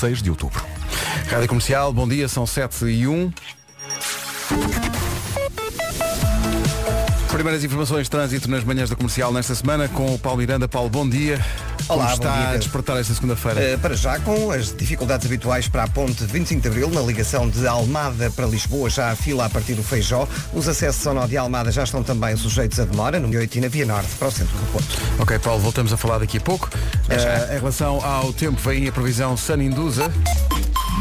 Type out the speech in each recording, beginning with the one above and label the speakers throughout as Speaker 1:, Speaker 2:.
Speaker 1: 6 de outubro.
Speaker 2: Rádio Comercial, bom dia, são 7 e 1. Primeiras informações de trânsito nas manhãs da comercial nesta semana com o Paulo Miranda. Paulo, bom dia. Como
Speaker 3: Olá, bom
Speaker 2: está
Speaker 3: dia,
Speaker 2: a
Speaker 3: Pedro.
Speaker 2: despertar esta segunda-feira?
Speaker 3: Eh, para já, com as dificuldades habituais para a ponte 25 de Abril, na ligação de Almada para Lisboa, já há fila a partir do Feijó. Os acessos ao nó de Almada já estão também sujeitos a demora, no 8 e na Via Norte, para o centro do Porto.
Speaker 2: Ok, Paulo, voltamos a falar daqui a pouco.
Speaker 3: É
Speaker 2: Eh, em relação ao tempo, vem a previsão Sun Indusa.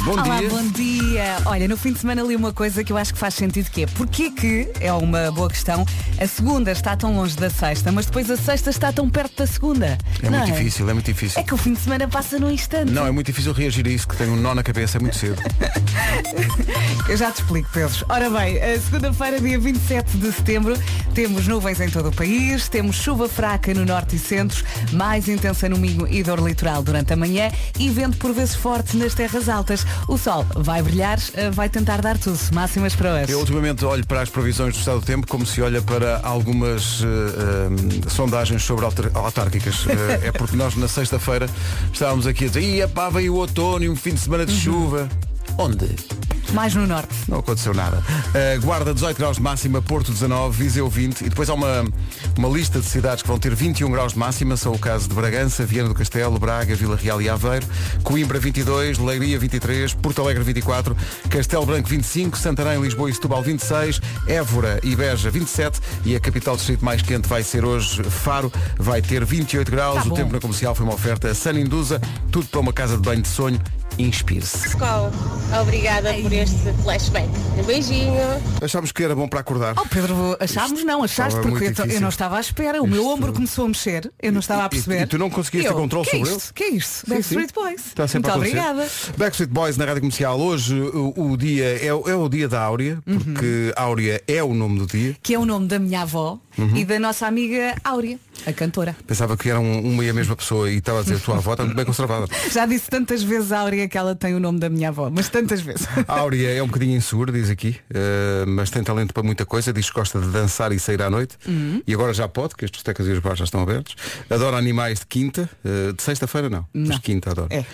Speaker 2: Bom
Speaker 4: Olá,
Speaker 2: dia.
Speaker 4: bom dia. Olha, no fim de semana li uma coisa que eu acho que faz sentido que é porquê que, é uma boa questão, a segunda está tão longe da sexta, mas depois a sexta está tão perto da segunda.
Speaker 2: É
Speaker 4: não
Speaker 2: muito difícil, é muito difícil.
Speaker 4: É que o fim de semana passa num instante.
Speaker 2: Não, é muito difícil reagir a isso, que tenho um nó na cabeça, é muito cedo.
Speaker 4: Eu já te explico, Pedro. Ora bem, a segunda-feira, dia 27 de setembro, temos nuvens em todo o país, temos chuva fraca no norte e centro, mais intensa no Minho e dor litoral durante a manhã e vento por vezes forte nas terras altas. O sol vai brilhar, eh, vai tentar dar tudo, máximas para hoje.
Speaker 2: Eu ultimamente olho para as previsões do estado do tempo como se olha para algumas eh, eh, sondagens sobre alter- autárquicas. Eh, é porque nós na sexta-feira estávamos aqui a dizer, ia pá, veio o outono e um fim de semana de chuva. Onde?
Speaker 4: Mais no norte.
Speaker 2: Não aconteceu nada. Eh, Guarda 18 graus de máxima, Porto 19, Viseu 20 e depois há uma, uma lista de cidades que vão ter 21 graus de máxima, são o caso de Bragança, Viana do Castelo, Braga, Vila Real e Aveiro, Coimbra 22, Leiria 23, Porto Alegre 24, Castelo Branco 25, Santarém, Lisboa e Setúbal 26, Évora e Beja 27 e a capital distrito mais quente vai ser hoje Faro, vai ter 28 graus,
Speaker 4: Tá
Speaker 2: o
Speaker 4: bom.
Speaker 2: tempo na comercial foi uma oferta San Indusa, tudo para uma casa de banho de sonho, inspire-se.
Speaker 5: Col, obrigada por este flashback. Um beijinho.
Speaker 2: Achámos que era bom para acordar.
Speaker 4: Oh Pedro, achámos não, achaste
Speaker 2: estava
Speaker 4: porque
Speaker 2: muito
Speaker 4: eu, to- eu
Speaker 2: difícil.
Speaker 4: não estava à espera. O meu
Speaker 2: Isto-
Speaker 4: ombro começou a mexer, eu não estava
Speaker 2: E-
Speaker 4: a
Speaker 2: e-
Speaker 4: perceber.
Speaker 2: e tu não conseguiste
Speaker 4: E eu,
Speaker 2: ter controle
Speaker 4: que
Speaker 2: sobre
Speaker 4: é
Speaker 2: ele?
Speaker 4: isto? Que é isto?
Speaker 2: Sim, sim.
Speaker 4: Backstreet Boys.
Speaker 2: Está Tá sempre
Speaker 4: Muito
Speaker 2: a acontecer.
Speaker 4: obrigada.
Speaker 2: Backstreet Boys na Rádio Comercial. Hoje o, o dia é, o- é o dia da Áurea,
Speaker 4: Uhum.
Speaker 2: porque Áurea é o nome do dia.
Speaker 4: Que é o nome da minha avó
Speaker 2: Uhum.
Speaker 4: e da nossa amiga Áurea, a cantora.
Speaker 2: Pensava que eram uma e a mesma pessoa e estava a dizer tua avó está muito bem conservada.
Speaker 4: Já disse tantas vezes à Áurea que ela tem o nome da minha avó, mas tantas vezes.
Speaker 2: A Áurea é um bocadinho insegura, diz aqui, eh, mas tem talento para muita coisa, diz que gosta de dançar e sair à noite.
Speaker 4: Uhum.
Speaker 2: E agora já pode, que as discotecas e os bares já estão abertos. Adora animais de quinta, eh, de sexta-feira não, mas
Speaker 4: Não.
Speaker 2: de quinta adora.
Speaker 4: É.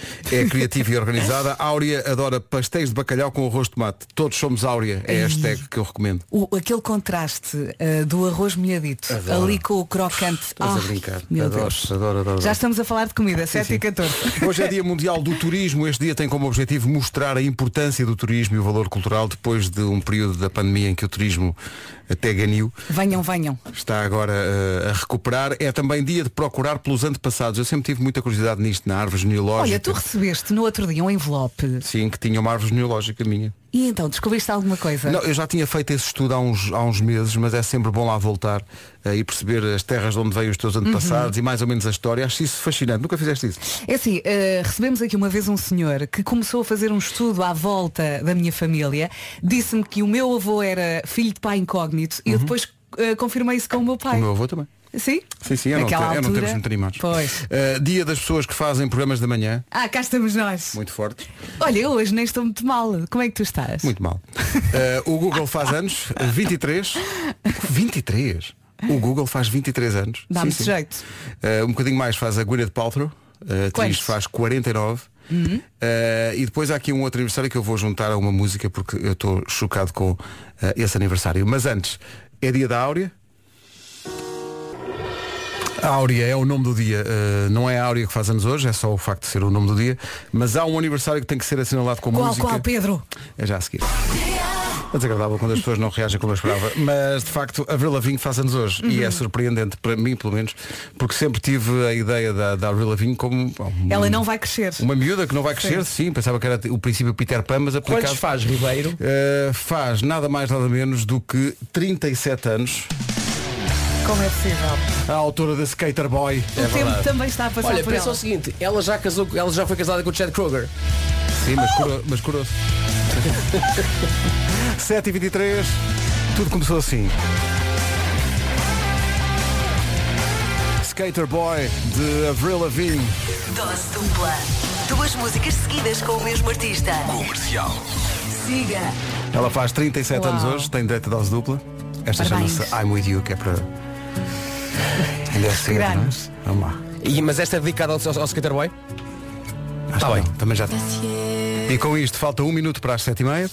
Speaker 2: criativa e organizada. A Áurea adora pastéis de bacalhau com arroz de tomate. Todos somos Áurea, é a hashtag que eu recomendo.
Speaker 4: O, aquele contraste ah, do arroz molhadito
Speaker 2: Adoro.
Speaker 4: ali com o crocante.
Speaker 2: Estás a
Speaker 4: Ai,
Speaker 2: brincar.
Speaker 4: Meu
Speaker 2: adoro,
Speaker 4: Deus.
Speaker 2: adoro, adoro,
Speaker 4: Já
Speaker 2: adoro.
Speaker 4: estamos a falar de comida, 7
Speaker 2: sim.
Speaker 4: e 14.
Speaker 2: Hoje é Dia Mundial do Turismo. Este dia tem como objetivo mostrar a importância do turismo e o valor cultural depois de um período da pandemia em que o turismo até ganhou.
Speaker 4: Venham, venham.
Speaker 2: Está agora eh, a recuperar. É também dia de procurar pelos antepassados. Eu sempre tive muita curiosidade nisto na árvore genealógica.
Speaker 4: Olha, tu recebeste no outro dia um envelope
Speaker 2: Sim, que tinha uma árvore genealógica minha.
Speaker 4: e então descobriste alguma coisa?
Speaker 2: Não, eu já tinha feito esse estudo há uns, há uns meses, mas é sempre bom lá voltar eh, e perceber as terras de onde vêm os teus
Speaker 4: Uhum.
Speaker 2: antepassados e mais ou menos a história. Acho isso fascinante. Nunca fizeste isso?
Speaker 4: É assim, eh, recebemos aqui uma vez um senhor que começou a fazer um estudo à volta da minha família. Disse-me que o meu avô era filho de pai incógnito e eu depois eh, confirmei isso com o meu
Speaker 2: Uhum. O
Speaker 4: pai.
Speaker 2: meu avô também.
Speaker 4: Sim?
Speaker 2: Sim, sim, eu não, te,
Speaker 4: Naquela
Speaker 2: eu não
Speaker 4: altura-
Speaker 2: temos muito animados.
Speaker 4: Pois.
Speaker 2: Uh, dia das pessoas que fazem programas da manhã,
Speaker 4: Ah, cá estamos nós.
Speaker 2: muito fortes,
Speaker 4: Olha, eu hoje nem estou muito mal. Como é que tu estás?
Speaker 2: muito mal. Uh, o Google faz anos, 23. 23? O Google faz 23 anos.
Speaker 4: Dá-me
Speaker 2: Sim, sim.
Speaker 4: jeito.
Speaker 2: Uh, um bocadinho mais faz a Gwyneth Paltrow, eh, a atriz
Speaker 4: Quantos? Uhum.
Speaker 2: faz 49. Uh, e depois há aqui um outro aniversário que eu vou juntar a uma música porque eu estou chocado com uh, esse aniversário. Mas antes, é dia da Áurea. A Áurea é o nome do dia. Uh, não é a Áurea que faz anos hoje, é só o facto de ser o nome do dia. Mas há um aniversário que tem que ser assinalado com
Speaker 4: Qual,
Speaker 2: música.
Speaker 4: qual, Pedro?
Speaker 2: É já a seguir. É desagradável quando as pessoas não reagem como eu esperava. Mas, de facto, Avril Lavigne faz anos hoje. E é surpreendente, para mim, pelo menos, porque sempre tive a ideia da, da Avril Lavigne como bom,
Speaker 4: Ela não vai crescer.
Speaker 2: uma miúda que não vai crescer. Sim, pensava que era o princípio Peter Pan, mas aplicado...
Speaker 6: Quantos faz Ribeiro?
Speaker 2: Eh, faz nada mais, nada menos do que 37 anos.
Speaker 4: Como é possível?
Speaker 2: A autora da Skater Boy.
Speaker 4: o tempo também está a passar
Speaker 6: Olha,
Speaker 4: por
Speaker 6: pensa
Speaker 4: ela.
Speaker 6: o seguinte, ela já casou, ela já foi casada com o Chad Kroger.
Speaker 2: Sim, mas curou- mas curou-se. 7h23, tudo começou assim. Skater Boy de Avril Lavigne.
Speaker 7: Dose dupla. Duas músicas seguidas com o mesmo artista. Comercial. Siga.
Speaker 2: Ela faz 37
Speaker 4: Uau.
Speaker 2: anos hoje, tem direito a dose dupla. Esta
Speaker 4: Parabéns.
Speaker 2: chama-se I'm With You, que é para. Ainda é cedo, não é?
Speaker 4: Respirarmos.
Speaker 2: Vamos lá.
Speaker 6: E, mas esta é dedicada ao, ao, ao Skater Boy?
Speaker 2: Está bem, também já. tá. E com isto, falta um minuto para as sete e meia.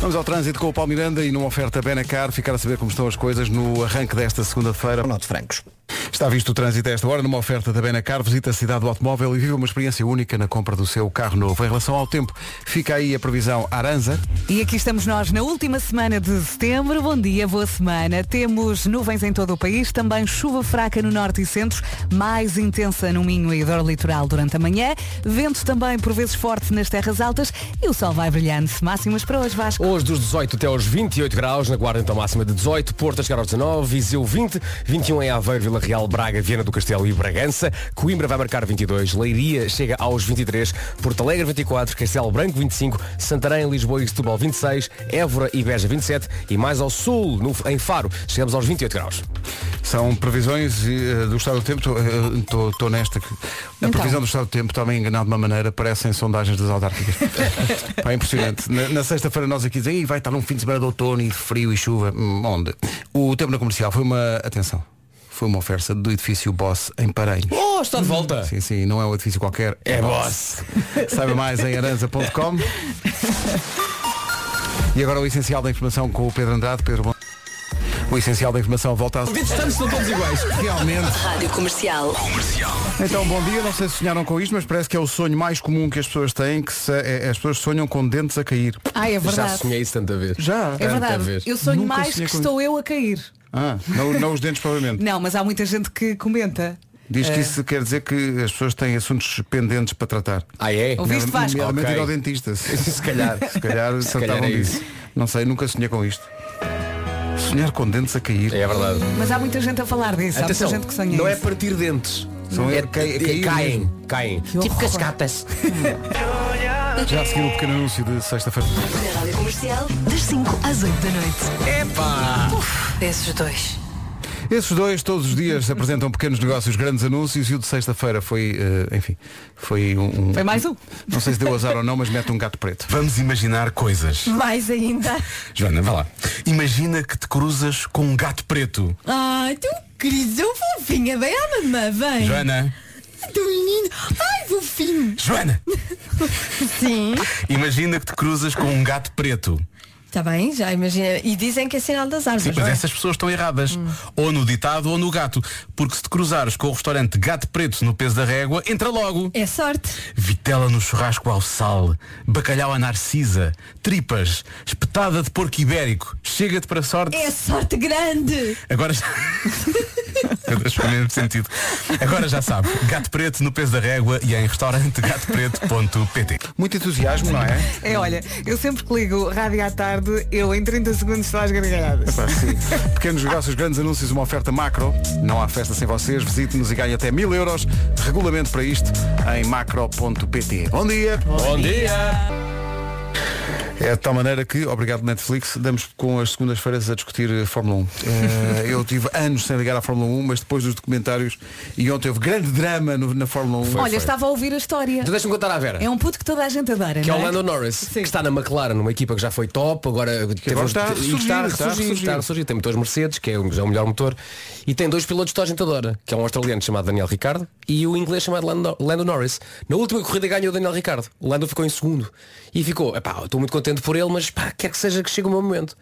Speaker 2: Vamos ao trânsito com o Paulo Miranda e numa oferta Benacar, ficar a saber como estão as coisas no arranque desta segunda-feira.
Speaker 3: Ronaldo Francos.
Speaker 2: Está visto o trânsito a esta hora numa oferta da Benacar. Visita a cidade do automóvel e vive uma experiência única na compra do seu carro novo. Em relação ao tempo, fica aí a previsão Aranza.
Speaker 4: E aqui estamos nós na última semana de setembro. Bom dia, boa semana. Temos nuvens em todo o país, também chuva fraca no norte e centro, mais intensa no Minho e Dor Litoral durante a manhã. Vento também por vezes forte nas terras altas e o sol vai brilhando-se. Máximas para hoje, Vasco.
Speaker 6: Hoje dos 18 até aos 28 graus, na Guarda então máxima de 18, Porto a chegar aos 19, Viseu 20, 21 em Aveiro, Vila Real, Braga, Viana do Castelo e Bragança, Coimbra vai marcar 22, Leiria chega aos 23, Porto Alegre 24, Castelo Branco 25, Santarém, Lisboa e Setúbal 26, Évora e Beja 27 e mais ao sul, no, em Faro, chegamos aos 28 graus.
Speaker 2: São previsões eh, do estado do tempo. Estou nesta. que- A
Speaker 4: Então.
Speaker 2: previsão do estado do tempo está-me enganado de uma maneira. Parecem sondagens das autárquicas. Pá, impressionante. Na, na sexta-feira nós aqui dizemos, "Ih, vai estar num fim de semana de outono e de frio e chuva. Hum, Onde? O tempo na comercial foi uma. Atenção. Foi uma oferta do edifício Boss em Paranhos.
Speaker 6: Oh, está de volta!
Speaker 2: Sim, sim, não é um edifício qualquer. É,
Speaker 6: boss.
Speaker 2: Saiba mais em aranza.com. E agora o essencial da informação com o Pedro Andrade. Pedro, bom... O essencial da informação volta a...
Speaker 6: Distantes são todos iguais.
Speaker 2: Realmente.
Speaker 7: Rádio Comercial.
Speaker 2: Então, bom dia. Não sei se sonharam com isto, mas parece que é o sonho mais comum que as pessoas têm, que se- é- as pessoas sonham com dentes a cair.
Speaker 4: Ah, é
Speaker 6: Já
Speaker 4: verdade.
Speaker 6: sonhei isso tanta vez.
Speaker 2: Já?
Speaker 4: É verdade.
Speaker 6: vez.
Speaker 4: Eu sonho
Speaker 2: Nunca
Speaker 4: mais que
Speaker 2: sonhei com
Speaker 4: estou eu a cair.
Speaker 2: Ah, não, não os dentes provavelmente.
Speaker 4: Não, mas há muita gente que comenta.
Speaker 2: Diz
Speaker 7: É.
Speaker 2: que isso quer dizer que as pessoas têm assuntos pendentes para tratar.
Speaker 6: Ah é?
Speaker 4: Ouviste, Vasco?
Speaker 2: Nomeadamente
Speaker 6: Ok.
Speaker 2: ir ao dentista. Se
Speaker 6: Se calhar.
Speaker 2: calhar
Speaker 6: Se calhar
Speaker 2: tratavam
Speaker 6: é
Speaker 2: disso. Não sei, nunca sonhei com isto. Sonhar com dentes a cair.
Speaker 6: É verdade.
Speaker 4: Mas há muita gente a falar disso. Há muita
Speaker 6: Atenção,
Speaker 4: gente que sonha
Speaker 6: não é
Speaker 4: isso.
Speaker 6: partir dentes.
Speaker 2: São
Speaker 6: é,
Speaker 2: é cai-
Speaker 6: é
Speaker 2: cair
Speaker 6: caem,
Speaker 2: mesmo.
Speaker 6: caem.
Speaker 4: horror.
Speaker 6: cascatas.
Speaker 2: Já a seguir o pequeno anúncio de sexta-feira.
Speaker 7: Na Rádio Comercial, das 5 às 8 da noite.
Speaker 6: Epá!
Speaker 7: Esses dois.
Speaker 2: Esses dois todos os dias apresentam pequenos negócios, grandes anúncios e o de sexta-feira foi, eh, enfim, foi um, um-
Speaker 4: Foi mais um.
Speaker 2: Não sei se deu azar ou não, mas mete um gato preto.
Speaker 1: Vamos imaginar coisas.
Speaker 8: Mais ainda.
Speaker 1: Joana, vá lá. Imagina que te cruzas com um gato preto.
Speaker 8: Ai, tão querido, fofinha. Vem à mamã, vem.
Speaker 1: Joana.
Speaker 8: Tão lindo. Ai, fofinho.
Speaker 1: Joana!
Speaker 8: Sim.
Speaker 1: Imagina que te cruzas com um gato preto.
Speaker 8: Está Tá bem, já imagina. E dizem que é sinal das árvores.
Speaker 1: Sim, mas essas pessoas estão erradas. Ou no ditado ou no gato. Porque se te cruzares com o restaurante Gato Preto no peso da régua, entra logo.
Speaker 8: É sorte.
Speaker 1: Vitela no churrasco ao sal, bacalhau à narcisa, É tripas, espetada de porco ibérico. Chega-te para a sorte.
Speaker 8: É sorte grande.
Speaker 1: Agora já. Todas com o mesmo sentido. Agora já sabe, gato preto no peso da régua e em restaurante gatopreto.pt.
Speaker 2: Muito entusiasmo, não é?
Speaker 4: É, olha, eu sempre que ligo rádio à tarde, eu em 30 segundos estou às gargalhadas.
Speaker 2: Pá, sim. Pequenos negócios, grandes anúncios, uma oferta macro. Não há festa sem vocês. Visite-nos e ganhe até mil euros. Regulamento para isto em macro.pt. Bom dia!
Speaker 6: Bom dia!
Speaker 2: É de tal maneira que, obrigado Netflix, damos com as segundas-feiras a discutir eh, Fórmula 1. Eh, eu tive anos sem ligar à Fórmula 1, mas depois dos documentários, e ontem houve grande drama no- na Fórmula 1.
Speaker 4: Olha,
Speaker 6: foi.
Speaker 4: estava a ouvir a história.
Speaker 6: Tu Então deixa-me contar à Vera.
Speaker 4: É um puto que toda a gente adora,
Speaker 6: Que é
Speaker 4: não
Speaker 6: o
Speaker 4: é?
Speaker 6: Lando Norris, que está na McLaren, uma equipa que já foi top, agora teve
Speaker 2: agora
Speaker 6: uns-
Speaker 2: está a
Speaker 6: e
Speaker 2: ressurgir,
Speaker 6: está a
Speaker 2: está a
Speaker 6: ressurgir,
Speaker 2: ressurgir.
Speaker 6: está a ressurgir. Tem dois Mercedes, que é o, é o melhor motor, e tem dois pilotos de agentadora, que é um australiano chamado Daniel Ricardo e o inglês chamado Lando, Lando Norris. Na última corrida ganhou o Daniel Ricardo. O Lando ficou em segundo. E ficou, epá, eu estou muito contente por ele, mas pá, quer que seja que chegue o meu momento.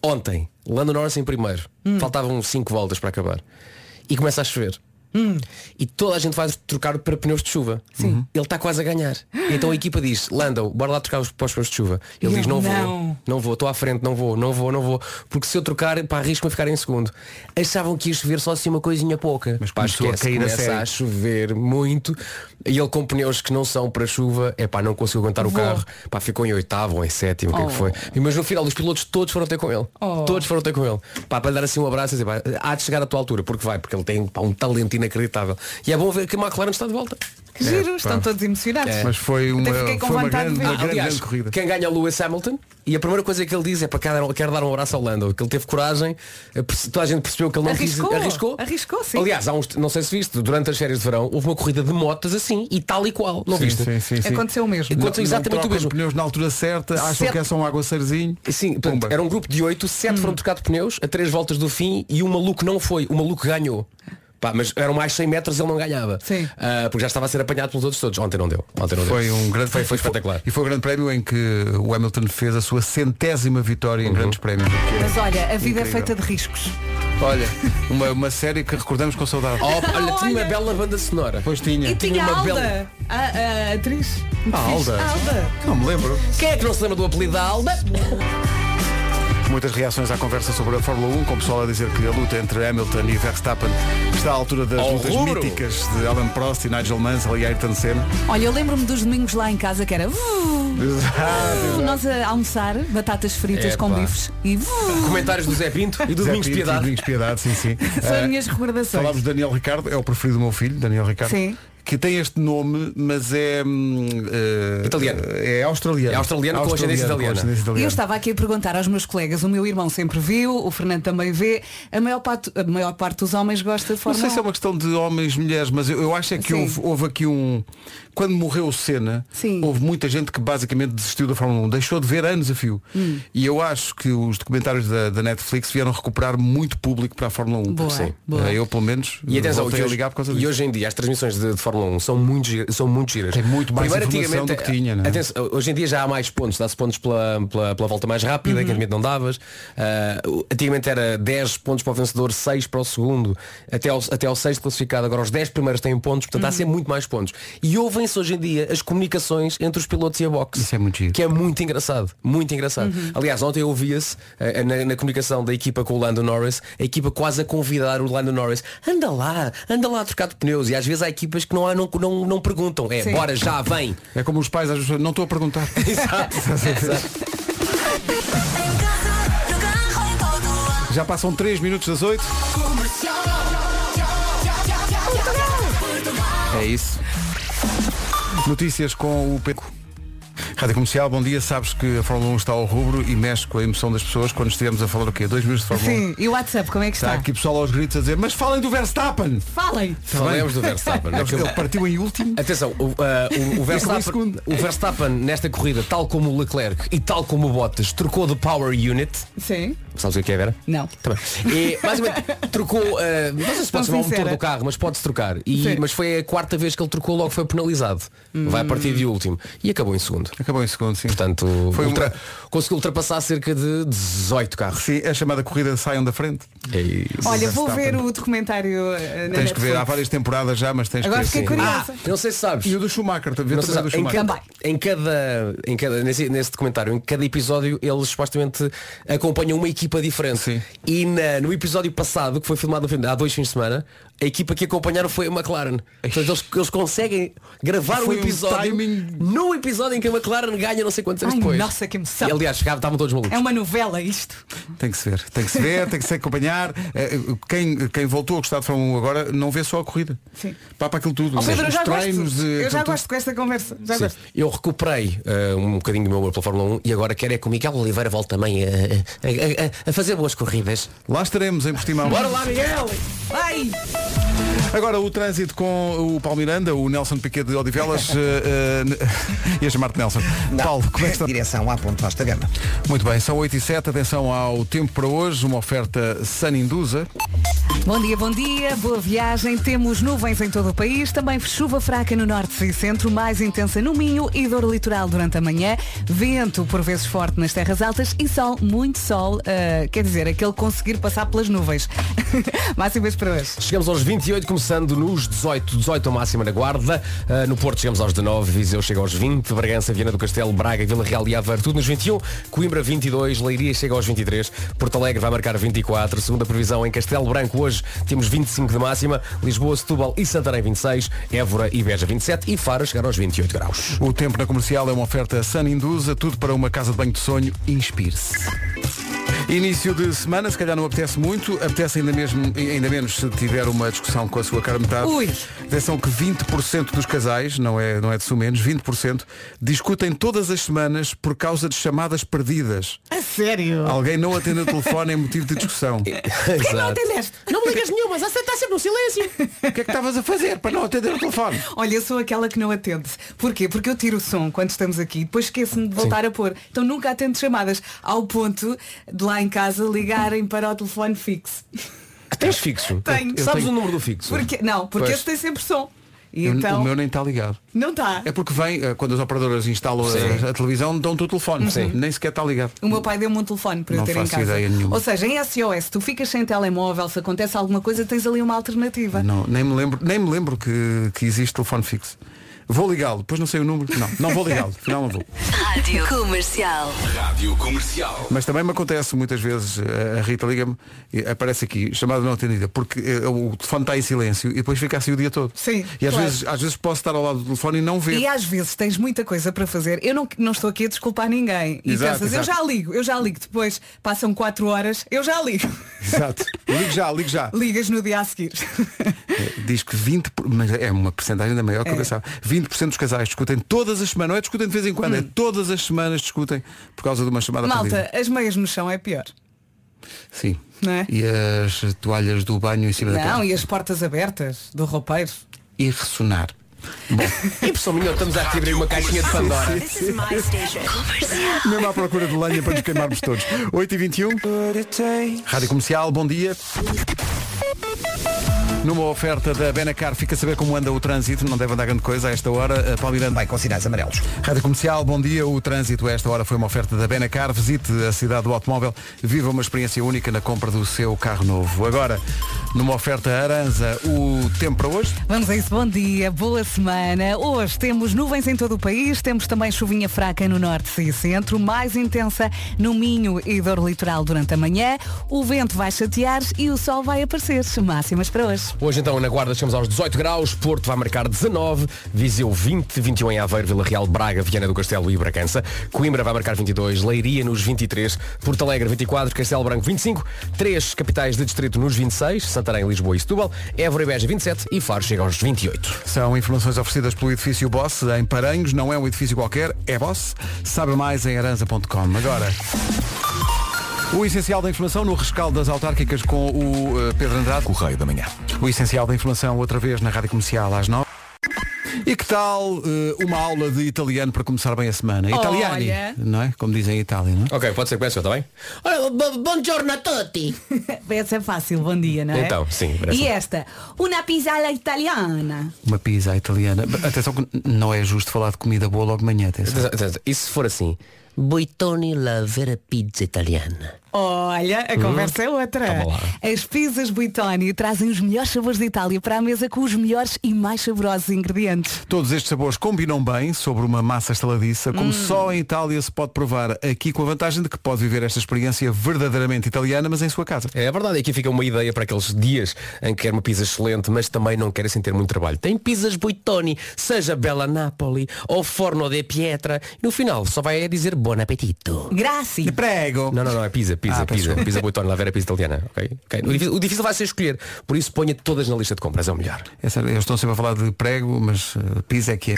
Speaker 6: Ontem, Lando Norris em primeiro.
Speaker 4: Hum.
Speaker 6: Faltavam cinco voltas para acabar. E começa a chover. E toda a gente vai trocar para pneus de chuva. Sim. Ele está quase a ganhar. Então a equipa diz, Lando, bora lá trocar os, para os pneus de chuva. Ele
Speaker 4: Ele,
Speaker 6: diz,
Speaker 4: "Não."
Speaker 6: não, vou, não vou, estou à frente, não vou, não vou, não vou. Porque se eu trocar, pá, arrisco-me a ficar em segundo. Achavam que ia chover só assim uma coisinha pouca.
Speaker 2: Mas
Speaker 6: pá,
Speaker 2: começou a
Speaker 6: esquece,
Speaker 2: cair a
Speaker 6: começa
Speaker 2: sério.
Speaker 6: a, chover muito. E ele com pneus que não são para chuva, é pá, não conseguiu aguentar o
Speaker 4: Vou.
Speaker 6: carro. Pá, ficou em oitavo ou em sétimo, o que é que
Speaker 4: Oh.
Speaker 6: foi. E, Mas no final os pilotos todos foram ter com ele.
Speaker 4: Oh.
Speaker 6: Todos foram ter com ele. Pá, para lhe dar assim um abraço e dizer, pá, há de chegar à tua altura, porque vai, porque ele tem pá, um talento inacreditável. E é bom ver que a McLaren está de volta.
Speaker 4: Que giro, estão todos emocionados.
Speaker 6: É.
Speaker 2: Mas foi uma,
Speaker 4: Até fiquei com
Speaker 2: foi uma
Speaker 4: vontade
Speaker 2: grande,
Speaker 4: de ver.
Speaker 2: uma
Speaker 4: Ah,
Speaker 2: grande,
Speaker 6: Aliás,
Speaker 2: grande corrida.
Speaker 6: quem ganha é o Lewis Hamilton e a primeira coisa que ele diz é para quero, quero dar um abraço ao Lando, que ele teve coragem, eh, perce- toda a gente percebeu que ele não
Speaker 4: Arriscou,
Speaker 6: quis, arriscou.
Speaker 4: arriscou, sim.
Speaker 6: Aliás, há uns, não sei se viste, durante as férias de verão houve uma corrida de motas assim e tal e qual, não viste?
Speaker 2: Sim, sim, sim.
Speaker 4: Aconteceu o mesmo.
Speaker 6: Aconteceu
Speaker 2: Não-
Speaker 6: exatamente
Speaker 2: não
Speaker 6: o
Speaker 2: trocam
Speaker 6: mesmo.
Speaker 2: pneus na altura certa, acham
Speaker 6: Certo.
Speaker 2: que é só um aguaceirozinho.
Speaker 6: Sim, portanto,
Speaker 2: Pumba.
Speaker 6: era um Hum. grupo de oito, sete foram trocar de pneus a três voltas do fim e o maluco não foi, o maluco ganhou. Pá, mas eram mais 100 metros e ele não ganhava.
Speaker 4: Sim.
Speaker 6: Ah, porque já estava a ser apanhado pelos outros todos. Ontem não deu. Ontem não
Speaker 2: Foi
Speaker 6: deu.
Speaker 2: um grande
Speaker 6: Foi, foi
Speaker 2: e foi-
Speaker 6: espetacular.
Speaker 2: E foi um grande prémio em que o Hamilton fez a sua centésima vitória em grandes prémios.
Speaker 4: Mas olha, a vida é
Speaker 2: Incrível.
Speaker 4: feita de riscos.
Speaker 2: Olha, uma, uma série que recordamos com saudade.
Speaker 6: Oh, olha, tinha uma bela banda sonora.
Speaker 2: Pois tinha.
Speaker 4: E tinha a
Speaker 6: É, uma
Speaker 4: Alda,
Speaker 6: bela-
Speaker 4: a, a atriz.
Speaker 2: A Ah, Alda.
Speaker 4: Alda.
Speaker 2: Não me lembro.
Speaker 6: Quem é que não se lembra do apelido da Alba?
Speaker 2: Muitas reações à conversa sobre a Fórmula 1, com o pessoal a dizer que a luta entre Hamilton e Verstappen está à altura das
Speaker 6: Ao
Speaker 2: lutas
Speaker 6: rubro.
Speaker 2: míticas de Alan Prost e Nigel Mansell e Ayrton Senna.
Speaker 9: Olha, eu lembro-me dos domingos lá em casa que era "Vuh", nós a almoçar batatas fritas
Speaker 6: Epá.
Speaker 9: com bifes e "Vuh".
Speaker 6: Comentários do Zé Pinto e do
Speaker 2: Zé
Speaker 6: Domingos de
Speaker 2: Pinto,
Speaker 6: Piedade.
Speaker 2: Domingos de Piedade, sim, sim.
Speaker 4: São
Speaker 6: É.
Speaker 4: as
Speaker 2: Eh,
Speaker 4: minhas recordações.
Speaker 2: Falámos de Daniel Ricardo, é o preferido do meu filho, Daniel Ricardo.
Speaker 4: Sim.
Speaker 2: Que tem este nome, mas é. hum, eh,
Speaker 6: Italiano.
Speaker 2: É australiano.
Speaker 6: É australiano com ascendência italiana.
Speaker 9: E eu estava aqui a perguntar aos meus colegas, o meu irmão sempre viu, o Fernando também vê, a maior parte, a maior parte dos homens gosta de
Speaker 2: Não
Speaker 9: Fórmula
Speaker 2: sei se é uma questão de homens, mulheres, mas eu, eu acho é que
Speaker 4: Sim.
Speaker 2: houve, houve aqui um. Quando morreu o Senna,
Speaker 4: Sim.
Speaker 2: houve muita gente que basicamente desistiu da Fórmula 1, deixou de ver anos a fio.
Speaker 4: Hum.
Speaker 2: E eu acho que os documentários da, da Netflix vieram recuperar muito público para a Fórmula 1.
Speaker 4: Boa,
Speaker 2: Sim.
Speaker 4: boa.
Speaker 2: Eu pelo menos
Speaker 6: E atenção,
Speaker 2: voltei
Speaker 6: que
Speaker 2: a ligar por causa
Speaker 6: e
Speaker 2: disso.
Speaker 6: hoje em dia as transmissões de, de Fórmula 1 são muito, gi- são muito giras.
Speaker 2: Tem muito mais informação
Speaker 6: antigamente,
Speaker 2: do que tinha, não é?
Speaker 6: atenção, hoje em dia já há mais pontos, dá-se pontos pela, pela, pela volta mais rápida,
Speaker 2: Uhum.
Speaker 6: que antigamente não davas. Ah, o- antigamente era 10 pontos para o vencedor, 6 para o segundo, até ao, até ao 6 classificado, agora os 10 primeiros têm pontos, portanto
Speaker 2: Uhum.
Speaker 6: há sempre muito mais pontos. E ouvem-se hoje em dia as comunicações entre os pilotos e a box.
Speaker 2: Isso é muito giro. Uhum.
Speaker 6: Que é muito engraçado, muito engraçado. Aliás, ontem ouvia-se eh, na, na comunicação da equipa com o Lando Norris, a equipa quase a convidar o Lando Norris, anda lá, anda lá a trocar de pneus. E às vezes há equipas que não, há, não, não, não perguntam, é
Speaker 4: Sim.
Speaker 6: bora já, vem.
Speaker 2: É como os pais às vezes não estou a perguntar.
Speaker 6: Exato.
Speaker 7: Em casa, no carro, em todo lado.
Speaker 2: Já passam 3 minutos das 8. É isso. Notícias com o Peco. Rádio Comercial, bom dia. Sabes que a Fórmula 1 está ao rubro e mexe com a emoção das pessoas quando estivemos a falar o quê? Dois minutos de Fórmula 1.
Speaker 4: Sim, e o WhatsApp, como é que
Speaker 2: Está
Speaker 4: está?
Speaker 2: aqui pessoal aos gritos a dizer, mas falem do Verstappen!
Speaker 4: Falem!
Speaker 6: Tá Falemos do Verstappen.
Speaker 2: Ele, ele partiu em último.
Speaker 6: Atenção, o, ah, o- o Verstappen,
Speaker 2: segundo.
Speaker 6: o Verstappen nesta corrida, tal como o Leclerc e tal como o Bottas, trocou de Power Unit.
Speaker 4: Sim?
Speaker 6: Sabes o que é, Vera?
Speaker 4: Não.
Speaker 6: Tá bem. E basicamente trocou, eh, não sei se pode
Speaker 4: Tão
Speaker 6: chamar o motor
Speaker 4: sincera.
Speaker 6: do carro, mas pode-se trocar.
Speaker 4: Sim.
Speaker 6: E, mas foi a quarta vez que ele trocou, logo foi penalizado. Vai a partir
Speaker 4: Hum.
Speaker 6: de último. E acabou em segundo.
Speaker 2: Acabou em segundo, sim.
Speaker 6: Portanto,
Speaker 2: Foi um-
Speaker 6: ultra- conseguiu ultrapassar cerca de 18 carros. É
Speaker 2: Sim, a chamada corrida saiam da frente.
Speaker 6: E-
Speaker 4: Olha, vou
Speaker 2: Verstappen.
Speaker 4: ver o documentário eh, na
Speaker 2: Tens que ver, há
Speaker 4: Netflix.
Speaker 2: várias temporadas já, mas tens
Speaker 4: Agora
Speaker 2: que ver.
Speaker 4: fiquei
Speaker 2: sim.
Speaker 6: Ah,
Speaker 4: curiosa.
Speaker 6: não sei se sabes.
Speaker 2: E o do Schumacher, também.
Speaker 6: Não sei
Speaker 2: também do
Speaker 6: se- em,
Speaker 2: Schumacher.
Speaker 6: cada, em cada, em cada nesse, nesse documentário, em cada episódio, eles supostamente acompanham uma equipa diferente.
Speaker 2: Sim.
Speaker 6: E na- no episódio passado, que foi filmado há dois fins de semana, a equipa que acompanharam foi a McLaren. Portanto, eles, eles conseguem gravar
Speaker 2: Foi
Speaker 6: um
Speaker 2: um
Speaker 6: episódio
Speaker 2: timing.
Speaker 6: no episódio em que a McLaren ganha não sei quantos anos
Speaker 4: Ai,
Speaker 6: depois.
Speaker 4: nossa, que emoção.
Speaker 6: E, aliás, chegavam, estavam todos malucos.
Speaker 2: um-
Speaker 4: É uma novela isto.
Speaker 2: Tem que se ver, tem que se ver, tem que se acompanhar. Eh, Quem, quem voltou a gostar de Fórmula 1 agora não vê só a corrida.
Speaker 4: Sim.
Speaker 2: Pá para aquilo tudo. né?
Speaker 4: Ó,
Speaker 2: os
Speaker 4: Pedro, eu já
Speaker 2: treinos,
Speaker 4: gosto.
Speaker 2: eh,
Speaker 4: Eu já
Speaker 2: tudo.
Speaker 4: gosto com esta conversa. Já
Speaker 6: Sim.
Speaker 4: gosto.
Speaker 6: Eu recuperei eh, um bocadinho do meu amor pela Fórmula 1 e agora quero é que o Miguel Oliveira volte também a, a- a- a- a fazer boas corridas.
Speaker 2: Lá estaremos em Portimão.
Speaker 6: Bora lá, Miguel!
Speaker 4: Ai!
Speaker 2: Agora o trânsito com o Paulo Miranda, o Nelson Piquet de Odivelas. eh, eh, n- e a chamar-te Nelson.
Speaker 3: Não.
Speaker 2: Paulo, como é que está?
Speaker 3: Direção à Ponte Vasta Gama.
Speaker 2: Muito bem, são 8 e 7, atenção ao tempo para hoje, uma oferta Sun Indusa.
Speaker 4: Bom dia, bom dia, boa viagem. Temos nuvens em todo o país, também chuva fraca no norte e centro, mais intensa no Minho e dor litoral durante a manhã, vento por vezes forte nas terras altas e sol, muito sol, ah, quer dizer, aquele conseguir passar pelas nuvens. Máximas para hoje.
Speaker 6: Chegamos aos 28, começando nos 18, 18 a máxima na Guarda. Ah, no Porto chegamos aos 19, Viseu chega aos 20, Bragança, Viana do Castelo, Braga, Vila Real e Aveiro, tudo nos 21, Coimbra 22, Leiria chega aos 23, Porto Alegre vai marcar 24, segunda previsão em Castelo Branco hoje temos 25 de máxima, Lisboa, Setúbal e Santarém 26, Évora e Beja 27 e Faro chegar aos 28 graus.
Speaker 2: O tempo na comercial é uma oferta Sun Indusa, tudo para uma casa de banho de sonho. Inspire-se. Início de semana, se calhar não apetece muito, apetece ainda, mesmo, ainda menos se tiver uma discussão com a sua cara metade.
Speaker 4: Ui.
Speaker 2: Atenção que 20% dos casais, não é, não é de menos, 20%, discutem todas as semanas por causa de chamadas perdidas.
Speaker 4: A sério?
Speaker 2: Alguém não atende o telefone é motivo de discussão.
Speaker 6: Exato.
Speaker 4: Atendeste?
Speaker 6: Não me ligas nenhuma, mas está sempre no silêncio.
Speaker 2: O que é que estavas a fazer para não atender o telefone?
Speaker 4: Olha, eu sou aquela que não atende. Porquê? Porque eu tiro o som quando estamos aqui e depois esqueço-me de voltar a pôr. Então nunca atendo chamadas ao ponto de lá em casa ligarem para o telefone fixo.
Speaker 6: Tens fixo?
Speaker 4: Tenho.
Speaker 6: Sabes
Speaker 2: tenho-
Speaker 6: o número do fixo?
Speaker 4: Porque, não, porque
Speaker 6: Pois.
Speaker 4: esse tem sempre som. E
Speaker 2: Eu-
Speaker 4: então,
Speaker 2: O meu nem está ligado.
Speaker 4: não está.
Speaker 2: É porque vem, eh, quando as operadoras instalam a, a televisão, dão-te o telefone. Nem sequer está ligado.
Speaker 4: O meu pai deu-me um telefone para
Speaker 2: Não
Speaker 4: eu ter em
Speaker 2: faço
Speaker 4: casa.
Speaker 2: ideia nenhuma.
Speaker 4: Ou seja, em SOS, tu ficas sem telemóvel, se acontece alguma coisa, tens ali uma alternativa.
Speaker 2: Não, nem me lembro, nem me lembro que, que existe telefone fixo. Vou ligá-lo, depois não sei o número. Não, não vou ligá-lo, afinal não vou.
Speaker 7: Rádio Comercial.
Speaker 10: Rádio Comercial.
Speaker 2: Mas também me acontece muitas vezes, eh, a Rita liga-me, e aparece aqui, chamada não atendida, porque eh, o telefone está em silêncio e depois fica assim o dia todo.
Speaker 4: Sim,
Speaker 2: E às,
Speaker 4: claro.
Speaker 2: vezes, às vezes posso estar ao lado do telefone e não ver.
Speaker 4: E às vezes tens muita coisa para fazer. Eu não, não estou aqui a desculpar ninguém. E
Speaker 2: Exato,
Speaker 4: pensas,
Speaker 2: exato.
Speaker 4: eu já ligo, eu já ligo. Depois passam 4 horas, eu já ligo.
Speaker 2: Exato. Ligo já, ligo já.
Speaker 4: Ligas no dia a seguir.
Speaker 2: Eh, Diz que 20%, por- mas é uma porcentagem ainda maior que
Speaker 4: É.
Speaker 2: eu pensava. 20% dos casais discutem todas as semanas, não é discutem de vez em quando, é todas as semanas discutem por causa de uma chamada perdida.
Speaker 4: Hum. Malta, as meias no chão é pior.
Speaker 2: Sim.
Speaker 4: Não é?
Speaker 2: E as toalhas do banho em cima da
Speaker 4: Não,
Speaker 2: cama.
Speaker 4: e as portas abertas do roupeiro.
Speaker 2: E ressonar.
Speaker 6: E pessoal minha, estamos aqui a abrir uma caixinha de Pandora.
Speaker 7: This is my station.
Speaker 2: Mesmo à procura de lenha para nos queimarmos todos. 8h21. Rádio Comercial, bom dia. Numa oferta da Benacar, fica a saber como anda o trânsito, não deve andar grande coisa a esta hora. Palmirando.
Speaker 3: Vai com sinais amarelos.
Speaker 2: Rádio Comercial, bom dia. O trânsito a esta hora foi uma oferta da Benacar. Visite a cidade do automóvel, viva uma experiência única na compra do seu carro novo. Agora, numa oferta Aranza, o tempo para hoje?
Speaker 4: Vamos a isso, bom dia, boa semana. Hoje temos nuvens em todo o país, temos também chuvinha fraca no norte e centro, mais intensa no Minho e dor litoral durante a manhã. O vento vai chatear e o sol vai aparecer. Máximas para hoje.
Speaker 6: Hoje então na Guarda chegamos aos 18 graus, Porto vai marcar 19, Viseu 20, 21 em Aveiro, Vila Real, Braga, Viana do Castelo e Bragança, Coimbra vai marcar 22, Leiria nos 23, Porto Alegre 24, Castelo Branco 25, 3 capitais de distrito nos 26, Santarém, Lisboa e Setúbal, Évora e Beja 27 e Faro chega aos 28.
Speaker 2: São informações oferecidas pelo edifício Boss em Paranhos. Não é um edifício qualquer, é Boss. Sabe mais em aranza.com. Agora, o essencial da informação no rescaldo das autárquicas com o eh, Pedro Andrade.
Speaker 10: Correio da Manhã.
Speaker 2: O essencial da informação outra vez na Rádio Comercial às 9. E que tal eh, uma aula de italiano para começar bem a semana? Italiani,
Speaker 4: Olha.
Speaker 2: não é? Como dizem em Itália, não é?
Speaker 6: Ok, pode ser que comece, está bem?
Speaker 5: Buongiorno a tutti.
Speaker 4: Essa é fácil, bom dia, não é?
Speaker 6: Então, sim, parece.
Speaker 4: E esta, una pizzala italiana.
Speaker 2: Uma pizza italiana. B- Atenção que n- não é justo falar de comida boa logo de manhã, atenção.
Speaker 6: E se for assim?
Speaker 5: Boitoni la vera pizza italiana.
Speaker 4: Olha, a conversa é outra.
Speaker 6: Toma Hum? Então, lá.
Speaker 4: As pizzas Buitoni trazem os melhores sabores da Itália para a mesa com os melhores e mais saborosos ingredientes.
Speaker 2: Todos estes sabores combinam bem sobre uma massa estaladiça, como só em Itália se pode provar, aqui com a vantagem de que pode viver esta experiência verdadeiramente italiana, mas em sua casa.
Speaker 6: É verdade, e aqui fica uma ideia para aqueles dias em que quer uma pizza excelente, mas também não querem sentir muito trabalho. Tem pizzas Buitoni, seja Bella Napoli ou Forno de Pietra. No final só vai dizer Buon Appetito.
Speaker 4: Grazie.
Speaker 2: Prego!
Speaker 6: Não, não, não, é pizza, pizza,
Speaker 2: Ah, peço
Speaker 6: pizza. Pizza Buitoni, lá ver a pizza italiana. ok? Ok. O, difícil, o difícil vai ser escolher, por isso ponha todas na lista de compras, é o melhor.
Speaker 2: É sério, eles estão sempre a falar de prego, mas eh, pizza é que é.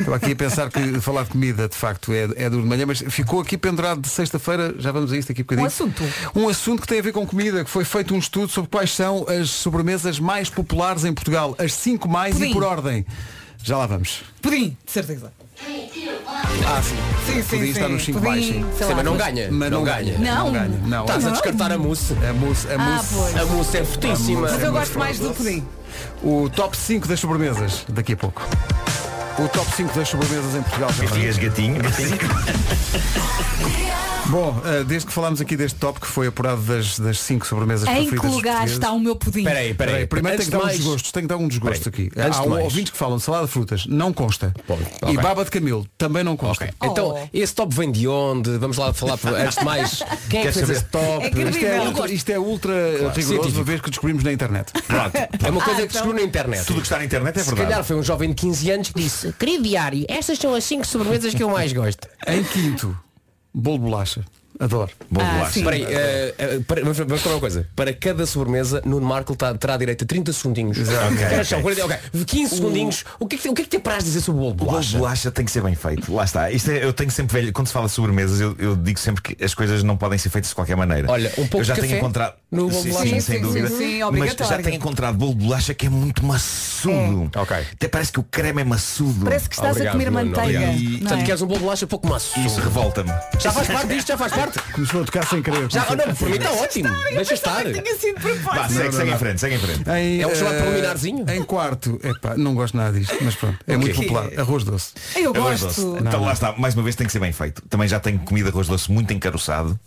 Speaker 2: Estava aqui a pensar que falar de comida, de facto, é, é duro de manhã, mas ficou aqui pendurado de sexta-feira, já vamos a isto aqui um bocadinho.
Speaker 4: Um assunto.
Speaker 2: Um assunto que tem a ver com comida, que foi feito um estudo sobre quais são as sobremesas mais populares em Portugal, as cinco mais e
Speaker 4: Pudim.
Speaker 2: por ordem. Já lá vamos.
Speaker 4: Pudim, de certeza.
Speaker 2: Ah, sim.
Speaker 4: Sim, sim,
Speaker 2: Pudim
Speaker 4: sim.
Speaker 2: está nos cinco
Speaker 4: Pudim,
Speaker 2: mais, sim.
Speaker 4: sei lá,
Speaker 7: Ah,
Speaker 6: Sim, mas não ganha.
Speaker 2: Mas
Speaker 6: É, não ganha.
Speaker 2: Não
Speaker 4: Não. Tá
Speaker 2: ganha. Não,
Speaker 6: Estás a
Speaker 2: a
Speaker 6: descartar a mousse.
Speaker 2: a mousse, é a
Speaker 4: Ah,
Speaker 2: mousse.
Speaker 4: pois.
Speaker 6: A mousse é fortíssima.
Speaker 4: Mas eu gosto mais do pudim.
Speaker 2: O top 5 das sobremesas, daqui a pouco. O top 5 das sobremesas em Portugal. já vai.
Speaker 10: gatinho.
Speaker 2: Bom, eh, desde que falámos aqui deste top que foi apurado das, das cinco sobremesas
Speaker 4: Em que
Speaker 2: preferidas dos
Speaker 4: lugar
Speaker 2: portugueses.
Speaker 4: está o meu pudim?
Speaker 6: Espera aí, espera
Speaker 2: Peraí,
Speaker 6: aí.
Speaker 2: primeiro
Speaker 6: Antes
Speaker 2: tenho que dar
Speaker 6: de
Speaker 2: um
Speaker 6: mais-
Speaker 2: desgosto, tenho que dar um desgosto
Speaker 6: Peraí,
Speaker 2: aqui.
Speaker 6: antes
Speaker 2: Há
Speaker 6: de mais.
Speaker 2: ouvintes que falam de salada de frutas, não consta.
Speaker 6: Bom,
Speaker 2: E
Speaker 6: ok.
Speaker 2: baba de camelo, também não consta.
Speaker 6: Ok,
Speaker 4: Oh.
Speaker 2: Oh.
Speaker 6: Então, esse top vem de onde? Vamos lá falar por- antes de mais. Quem é que
Speaker 2: Queres
Speaker 6: fez
Speaker 2: saber?
Speaker 6: esse top?
Speaker 4: É credível.
Speaker 2: Isto é
Speaker 4: Não
Speaker 2: ultra,
Speaker 4: gosto.
Speaker 2: isto é ultra eh, rigoroso,
Speaker 6: Científico.
Speaker 2: uma vez que descobrimos na internet.
Speaker 6: É uma coisa
Speaker 4: Ah,
Speaker 6: que descobriu na internet.
Speaker 10: Tudo o que está na internet é
Speaker 6: Se
Speaker 10: verdade.
Speaker 6: calhar foi um jovem de 15 anos que disse Querido diário, estas são as 5 sobremesas que eu mais gosto
Speaker 2: em quinto, bolo de bolacha. Adoro.
Speaker 10: Bom
Speaker 4: Ah,
Speaker 10: bolacha.
Speaker 4: sim.
Speaker 6: Espera aí, eh, eh, para- vamos vamos tomar uma coisa Para cada sobremesa, Nuno Marco tá- terá direito a 30 segundinhos
Speaker 10: Exato. Ok,
Speaker 6: Espera
Speaker 10: ok.
Speaker 6: só, 40, ok. 15 segundinhos O que é que, te- o que, é que te apraz dizer sobre o bolo de
Speaker 10: O bolo de
Speaker 6: bolacha?
Speaker 10: bolacha tem que ser bem feito. Lá está. Isto é- eu tenho sempre velho. Quando se fala de sobremesas, eu, eu digo sempre que as coisas não podem ser feitas de qualquer maneira.
Speaker 6: Olha, um pouco
Speaker 10: eu já
Speaker 6: de
Speaker 10: tenho
Speaker 6: café
Speaker 10: encontrado.
Speaker 6: no bolo de
Speaker 10: sim,
Speaker 6: bolacha.
Speaker 10: sim,
Speaker 4: Sim,
Speaker 10: sem
Speaker 4: sim,
Speaker 10: dúvida.
Speaker 4: sim, sim,
Speaker 10: mas já
Speaker 4: obrigatório.
Speaker 10: tenho encontrado bolo de bolacha que é muito maçudo.
Speaker 6: É. Ok.
Speaker 10: Até parece que o creme é maçudo.
Speaker 4: Parece que estás
Speaker 6: Obrigado,
Speaker 4: a comer
Speaker 6: Nuno,
Speaker 4: manteiga.
Speaker 6: obrigado.
Speaker 4: não
Speaker 6: Portanto,
Speaker 4: é?
Speaker 6: queres um bolo de bolacha pouco maço
Speaker 10: Isso revolta-me.
Speaker 6: Já faz parte disto, já faz parte
Speaker 2: Começou a tocar sem querer.
Speaker 6: Já, oh, não, por mim está ótimo. Deixa estar.
Speaker 10: Vá, segue, segue em frente, segue em frente.
Speaker 6: É um chamado
Speaker 2: eh,
Speaker 6: preliminarzinho?
Speaker 2: Em quarto, epá, não gosto nada disto, mas pronto, é muito
Speaker 10: quê?
Speaker 2: popular. Arroz doce.
Speaker 9: Eu
Speaker 10: Arroz
Speaker 9: gosto.
Speaker 10: doce. Então lá está, mais uma vez tem que ser bem feito. Também já tenho comido arroz doce muito encaroçado.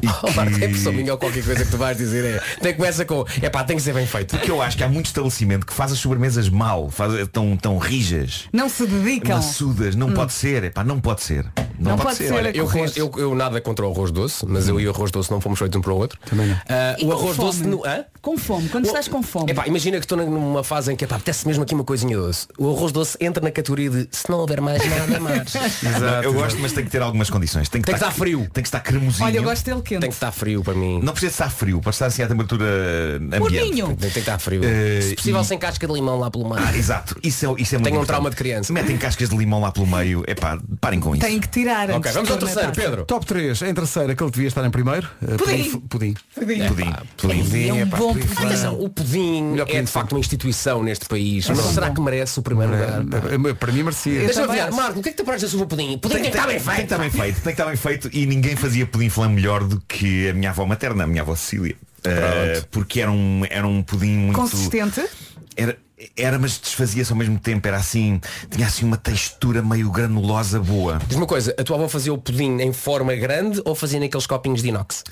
Speaker 10: E
Speaker 6: Oh, Marco, é pessoa
Speaker 10: que...
Speaker 6: minha ou qualquer coisa que tu vais dizer é. Tem começa com. É pá, tem que ser bem feito.
Speaker 10: Porque eu acho que há muito estabelecimento que faz as sobremesas mal, faz, tão, tão rijas,
Speaker 9: Não se dedicam.
Speaker 10: maçudas, não pode ser, epá, não pode ser. Não,
Speaker 9: Hum. pode ser.
Speaker 6: Olha, eu,
Speaker 9: Arroz.
Speaker 6: eu, eu nada contra o arroz doce, mas eu e o arroz doce não fomos feitos um para o outro. Ah,
Speaker 9: E
Speaker 6: o
Speaker 9: com
Speaker 6: arroz
Speaker 9: fome?
Speaker 6: doce no. Hã?
Speaker 9: Com fome, quando estás com fome.
Speaker 6: Epá, imagina que estou numa fase em que epá, apetece mesmo aqui uma coisinha doce. O arroz doce entra na categoria de se não houver mais nada mais. tem
Speaker 10: Não, eu gosto, mas tem que ter algumas condições. Tem que,
Speaker 6: Tem que estar frio.
Speaker 10: Tem que estar cremosinho.
Speaker 9: Olha, eu gosto dele quente.
Speaker 6: que estar frio para mim.
Speaker 10: Não precisa estar frio, pode estar assim à temperatura ambiente.
Speaker 9: Morninho.
Speaker 6: Tem que estar frio.
Speaker 10: Eh,
Speaker 6: Se possível
Speaker 10: e-
Speaker 6: sem casca de limão lá pelo meio.
Speaker 10: Ah, exato. Isso é, isso é muito
Speaker 6: Tenho um
Speaker 10: importante.
Speaker 6: trauma de criança.
Speaker 10: Metem cascas de limão lá pelo meio. É pá, parem com isso.
Speaker 9: Tem que tirar.
Speaker 6: ok,
Speaker 9: antes
Speaker 6: vamos
Speaker 9: de
Speaker 6: ao terceiro,
Speaker 9: tornar taça.
Speaker 6: Pedro.
Speaker 2: Top 3, em terceiro, aquele que devia estar em primeiro. eh,
Speaker 9: Pudim.
Speaker 2: por- Pudim.
Speaker 10: É, pudim. pudim.
Speaker 9: Pudim é um
Speaker 2: epá,
Speaker 9: bom
Speaker 2: pudim
Speaker 9: pudim.
Speaker 6: Atenção, o pudim
Speaker 2: Melhor
Speaker 6: é
Speaker 2: pudim
Speaker 6: de
Speaker 2: de
Speaker 6: facto uma instituição neste
Speaker 9: É
Speaker 6: país. Mas será que merece o primeiro lugar?
Speaker 2: Eh, Para mim merecia.
Speaker 6: Deixa-me
Speaker 9: também
Speaker 6: ver,
Speaker 9: acho.
Speaker 6: Marco, o que é que te parece sobre o pudim? Pudim tem que estar bem
Speaker 10: Tem que
Speaker 6: feito.
Speaker 10: estar bem feito. Tem que estar bem feito. E ninguém fazia pudim flan melhor do que a minha avó materna, a minha avó Cecília. Eh, porque era um, era um pudim muito.
Speaker 2: É
Speaker 9: Consistente.
Speaker 10: Era, era, mas desfazia-se ao mesmo tempo. Era assim, tinha assim uma textura meio granulosa boa.
Speaker 6: Diz-me uma coisa, a tua avó fazia o pudim em forma grande ou fazia naqueles copinhos de inox?